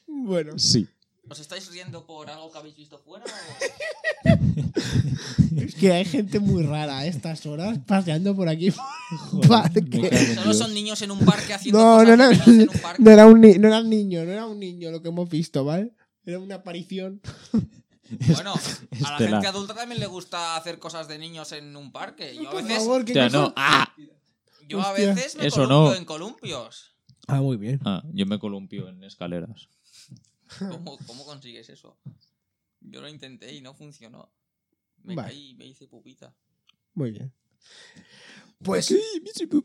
S3: Bueno.
S4: Sí.
S5: ¿Os estáis riendo por algo que habéis visto fuera? o-
S3: Es que hay gente muy rara a estas horas paseando por aquí.
S4: me
S3: Parque.
S4: cago en
S5: Solo
S4: Dios.
S5: son niños en un parque haciendo
S3: No, no
S5: cosas
S3: era,
S5: que hacen en un parque.
S3: no era un ni- no era un niño, no era un niño lo que hemos visto, ¿vale? Era una aparición.
S5: Bueno, a la
S4: Estelar.
S5: gente adulta también le gusta hacer cosas de niños en un parque. Yo a
S3: Por
S5: veces,
S3: favor, que
S4: Hostia,
S3: no
S4: no.
S3: son-
S4: Ah.
S5: yo a
S3: Hostia.
S5: veces me
S4: Eso
S5: columpio
S4: no.
S5: en columpios.
S3: Ah, muy bien.
S4: Ah, yo me columpio en escaleras.
S5: ¿Cómo, cómo consigues eso? Yo lo intenté y no funcionó. Me
S3: Vale.
S5: caí y me hice pupita.
S3: Muy bien. Pues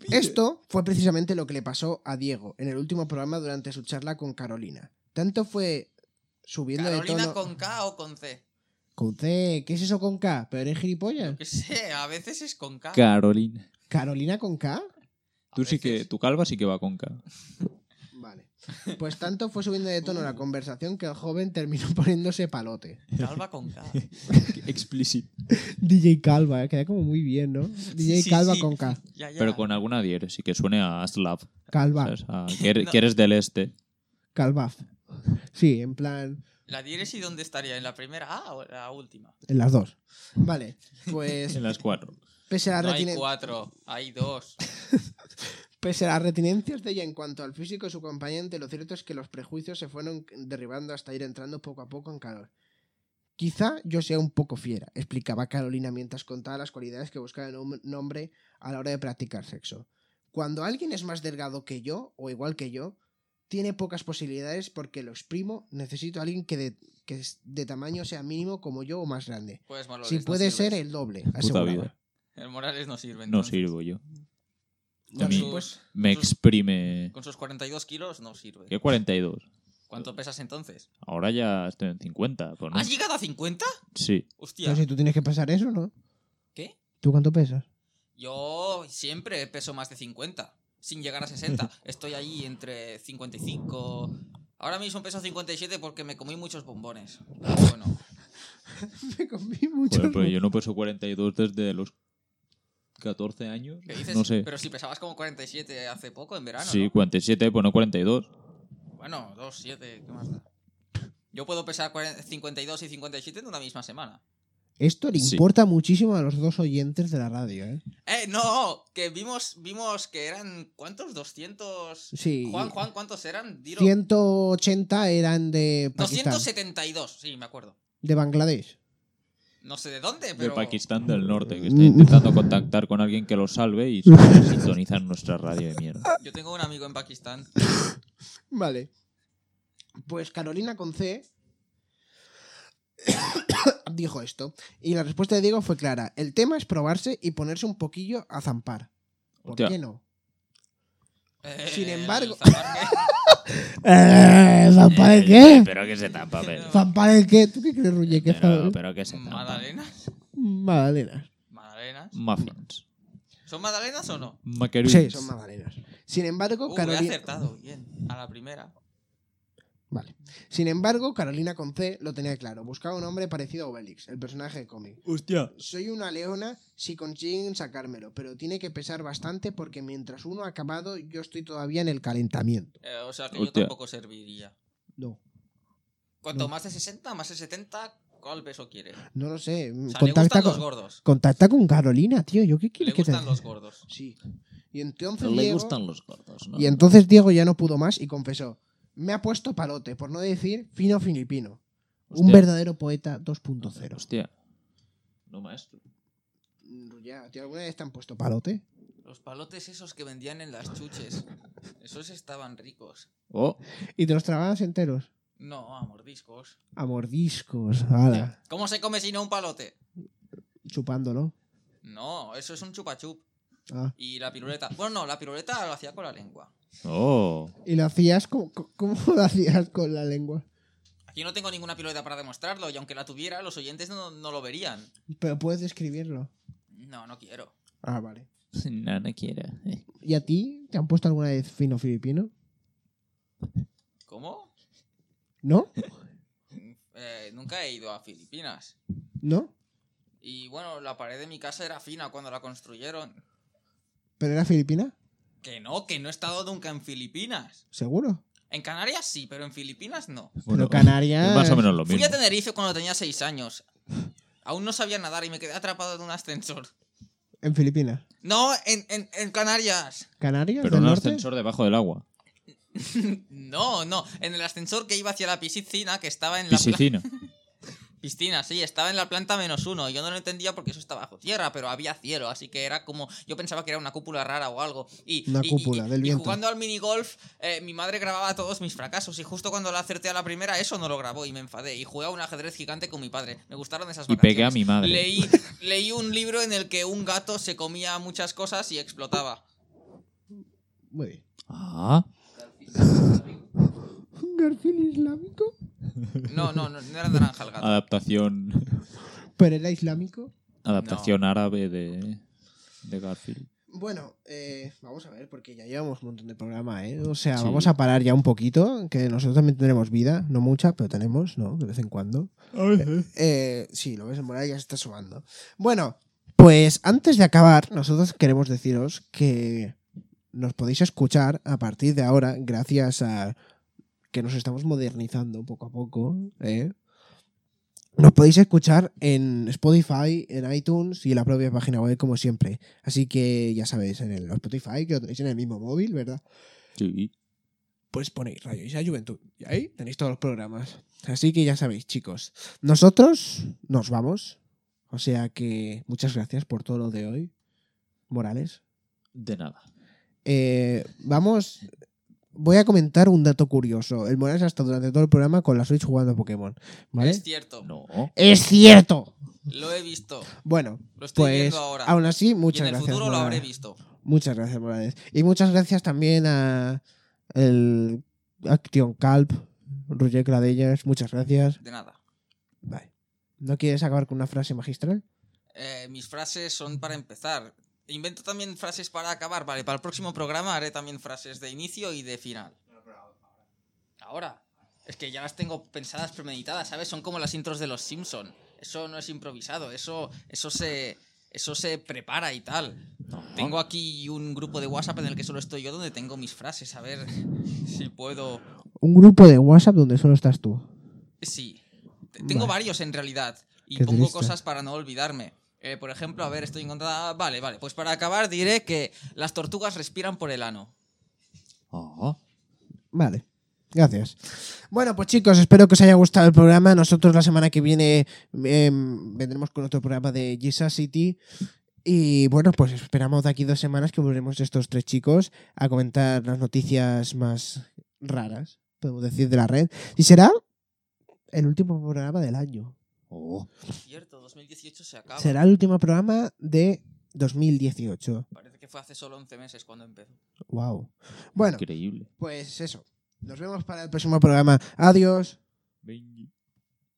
S3: esto fue precisamente lo que le pasó a Diego en el último programa durante su charla con Carolina. Tanto fue subiendo de
S5: ¿Carolina
S3: tono.
S5: con K o con C?
S3: Con C, ¿qué es eso con K? ¿Pero eres gilipollas?
S5: Que sé, a veces es con K.
S4: Carolina.
S3: ¿Carolina con K?
S5: Ah. A
S4: Tú sí que,
S5: veces.
S4: tu calva sí que va con K.
S3: Vale. Pues tanto fue subiendo de
S5: Uh.
S3: tono la conversación que el joven terminó poniéndose palote.
S5: Calva con K.
S4: Explícito.
S3: DJ Calva, eh, queda como muy bien, ¿no? DJ
S5: Sí,
S3: Calva
S5: sí.
S3: con K.
S5: Ya, ya.
S4: Pero con alguna diéresis que suene a Slav.
S3: Calva,
S4: ¿sabes? A que, eres,
S5: No.
S4: que eres del este.
S3: Calvaf. Sí, en plan,
S5: ¿La diéresis dónde estaría? ¿En la primera A o la última?
S3: en las dos. Vale, pues
S4: En las cuatro.
S3: pese a,
S5: No
S3: la
S5: hay
S3: retinen-
S5: cuatro, hay dos.
S3: pese a las retinencias de ella en cuanto al físico de su compañante, lo cierto es que los prejuicios se fueron derribando hasta ir entrando poco a poco en calor. Quizá yo sea un poco fiera, explicaba Carolina mientras contaba las cualidades que buscaba en un hombre a la hora de practicar sexo. Cuando alguien es más delgado que yo, o igual que yo, tiene pocas posibilidades porque lo exprimo, necesito a alguien que de, que es- de tamaño sea mínimo como yo o más grande.
S5: Pues Maloles,
S3: Si
S5: no
S3: puede ser
S5: sirves.
S3: el doble,
S4: Puta
S3: aseguraba.
S4: vida.
S5: El Morales no Pues sirve.
S4: No
S5: entonces.
S4: sirvo yo.
S3: Bueno,
S4: A mí.
S3: pues,
S4: Me exprime.
S5: Con sus 42 kilos no sirve.
S4: ¿Qué 42?
S5: ¿Cuánto pesas entonces?
S4: Ahora ya estoy en 50. pues no.
S5: ¿Has llegado a 50?
S4: Sí.
S5: Hostia.
S3: pero si tú tienes que pasar eso, ¿no?
S5: ¿Qué?
S3: ¿Tú cuánto pesas?
S5: Yo siempre peso más de 50, sin llegar a 60. Estoy ahí entre 55. Ahora mismo peso 57 porque me comí muchos bombones. Pero Bueno,
S3: Me comí mucho.
S4: Joder, pero yo no peso 42 desde los 14 años.
S5: ¿qué dices?
S4: No sé.
S5: Pero si pesabas como 47 hace poco, en verano.
S4: Sí,
S5: ¿no?
S4: 47, pues no 42.
S5: Bueno, 2, 7, ¿qué más da? Yo puedo pesar 40 52 y 57 en una misma semana.
S3: Esto le
S4: Sí.
S3: importa muchísimo a los dos oyentes de la radio, ¿eh?
S5: ¡Eh, no! Que vimos, vimos que eran. ¿Cuántos? 200.
S3: Sí.
S5: Juan, Juan, ¿cuántos eran? Dilo.
S3: 180 eran de Pakistán.
S5: 272, sí, me acuerdo.
S3: De Bangladesh.
S5: No sé de dónde,
S4: De
S5: pero.
S4: Pakistán del Norte, que está intentando contactar con alguien que lo salve y sintonizar nuestra radio de mierda.
S5: Yo tengo un amigo en Pakistán.
S3: Vale. Pues Carolina con C dijo esto. Y la respuesta de Diego fue clara. El tema es probarse y ponerse un poquillo a zampar. ¿Por
S4: Hostia.
S3: qué no?
S5: Eh,
S3: Sin embargo-
S5: el zaparque-
S3: Eh, ¿Zampar el qué?
S4: Pero que se tapa, pero.
S3: ¿Zampar el qué? ¿Tú qué crees, Ruye? Que
S4: Pero,
S3: está... ¿eh?
S4: pero que se tapa.
S5: ¿Magdalenas?
S3: Magdalenas.
S5: ¿Magdalenas?
S4: Muffins.
S5: ¿Son magdalenas o no?
S4: Macaroons.
S3: Sí, son magdalenas. Sin embargo,
S5: Uh, he
S3: Carolina...
S5: acertado, bien. A la primera.
S3: Vale. Sin embargo, Carolina con C lo tenía claro. Buscaba un hombre parecido a Obelix, el personaje de cómic.
S4: Hostia.
S3: Soy una leona si consiguen sacármelo, pero tiene que pesar bastante porque mientras uno ha acabado, yo estoy todavía en el calentamiento.
S5: Eh, o sea que yo
S4: Hostia.
S5: tampoco serviría.
S3: No.
S5: Cuanto
S3: No.
S5: más de 60, más de 70, ¿cuál peso quiere? O
S3: No lo sé.
S5: sea, le
S3: contacta,
S5: gustan los
S3: con,
S5: gordos.
S3: contacta con Carolina, tío. ¿Yo qué
S5: Le
S3: quieres que te
S5: gustan
S3: diga?
S5: los gordos.
S3: Sí. Y entonces,
S4: Le
S3: Diego,
S4: gustan los gordos, ¿no?
S3: y entonces Diego ya no pudo más y confesó. Me ha puesto palote, por no decir fino filipino. Un
S4: Hostia.
S3: verdadero poeta 2.0.
S4: Hostia. No, maestro.
S3: Ya, tío, ¿alguna vez te han puesto palote?
S5: Los palotes esos que vendían en las chuches. Esos estaban ricos.
S4: Oh,
S3: Y te los tragabas enteros.
S5: No, a mordiscos.
S3: A mordiscos, ala,
S5: ¿Cómo se come si no un palote?
S3: chupándolo.
S5: No, eso es un chupachup.
S3: Ah,
S5: Y la piruleta. Bueno, no, la piruleta lo hacía con la lengua.
S4: Oh.
S3: Y lo hacías, co- co- ¿cómo, lo hacías con la lengua?
S5: Aquí no tengo ninguna pirueta para demostrarlo y aunque la tuviera, los oyentes no, no lo verían.
S3: Pero puedes describirlo.
S5: No, no quiero.
S3: Ah, vale.
S4: No, no quiero.
S3: ¿Y a ti te han puesto alguna vez fino filipino?
S5: ¿Cómo?
S3: ¿No?
S5: Eh, nunca he ido a Filipinas.
S3: ¿No?
S5: Y bueno, la pared de mi casa era fina cuando la construyeron.
S3: ¿Pero era filipina?
S5: Que no, que no he estado nunca en Filipinas.
S3: ¿Seguro?
S5: En Canarias sí, pero en Filipinas no.
S3: Pero Canarias-
S4: es Más o menos lo
S5: Fui
S4: mismo.
S5: a Tenerife cuando tenía 6 años. Aún no sabía nadar y me quedé atrapado en un ascensor.
S3: ¿En Filipinas?
S5: No, en, en- en Canarias.
S3: ¿Canarias?
S4: Pero
S3: del
S4: un
S3: norte?
S4: ascensor debajo del agua.
S5: No, no, en el ascensor que iba hacia la piscina, que estaba en la pla-
S4: Piscina.
S5: Piscina, sí, estaba en la planta menos uno. Yo no lo entendía porque eso está bajo tierra, pero había cielo, así que era como. Yo pensaba que era una cúpula rara o algo. Y,
S3: Una
S5: y- y-
S3: cúpula
S5: y-
S3: del
S5: y
S3: viento.
S5: jugando al minigolf, eh, mi madre grababa todos mis fracasos. Y justo cuando la acerté a la primera, eso no lo grabó y me enfadé. Y jugué a un ajedrez gigante con mi padre. Me gustaron esas
S4: Y
S5: vacaciones.
S4: pegué a mi madre.
S5: Leí, leí un libro en el que un gato se comía muchas cosas y explotaba.
S3: Muy bien.
S4: Ah.
S3: ¿Un garfil islámico?
S5: No, no, no, no era naranja el gato.
S4: Adaptación.
S3: ¿Pero era islámico?
S4: Adaptación árabe de. De Garfield.
S3: Bueno, eh, vamos a ver, porque ya llevamos un montón de programa, ¿eh? O sea,
S4: Sí.
S3: vamos a parar ya un poquito, que nosotros también tendremos vida, no mucha, pero tenemos, ¿no? De vez en cuando. Eh, sí, lo ves en Moral ya se está sobando. Bueno, pues antes de acabar, nosotros queremos deciros que nos podéis escuchar a partir de ahora, gracias a que nos estamos modernizando poco a poco, ¿eh? Nos podéis escuchar en Spotify, en iTunes y en la propia página web, como siempre. Así que ya sabéis, en el Spotify, que lo tenéis en el mismo móvil, ¿verdad?
S4: Sí.
S3: pues ponéis Radio Isla Juventud. Y ahí tenéis todos los programas. Así que ya sabéis, chicos. Nosotros nos vamos. O sea que muchas gracias por todo lo de hoy, Morales.
S4: De nada.
S3: Eh, vamos. Voy a comentar un dato curioso. El Morales ha estado durante todo el programa con la Switch jugando a Pokémon. ¿Vale?
S5: Es cierto,
S4: No.
S3: ¡Es cierto!
S5: lo he visto.
S3: Bueno,
S5: Lo estoy
S3: pues
S5: viendo ahora.
S3: aún así,
S5: y en
S3: muchas
S5: el
S3: gracias.
S5: futuro lo habré
S3: Morales.
S5: visto.
S3: Muchas gracias, Morales. Y muchas gracias también a el Action Calp, Roger Cladellas. Muchas gracias.
S5: De nada.
S3: Vale. ¿No quieres acabar con una frase magistral?
S5: Eh, mis frases son para empezar. Invento también frases para acabar. Vale, para el próximo programa haré también frases de inicio y de final. Ahora. Es que ya las tengo pensadas, premeditadas, ¿sabes? Son como las intros de los Simpson. Eso no es improvisado, eso, eso se. Eso se prepara y tal. Tengo aquí un grupo de WhatsApp en el que solo estoy yo donde tengo mis frases. A ver si puedo.
S3: Un grupo de WhatsApp donde solo estás tú.
S5: Sí. Te- Tengo
S3: Vale.
S5: varios en realidad. Y
S3: Qué
S5: pongo
S3: triste.
S5: cosas para no olvidarme. Eh, por ejemplo, a ver, estoy encontrada. Vale, vale. Pues para acabar diré que las tortugas respiran por el ano.
S4: Ah.
S3: Vale. Gracias. Bueno, pues chicos, espero que os haya gustado el programa. Nosotros la semana que viene em, vendremos con otro programa de Jesus City. Y bueno, pues esperamos de aquí dos semanas que volveremos estos tres chicos a comentar las noticias más raras, podemos decir, de la red. Y será el último programa del año.
S4: Oh.
S5: Cierto, 2018 se acaba.
S3: Será el último programa de 2018.
S5: Parece que fue hace solo 11 meses cuando empezó.
S3: Wow. Bueno,
S4: Increíble.
S3: Pues eso. Nos vemos para el próximo programa. Adiós.
S4: Venga.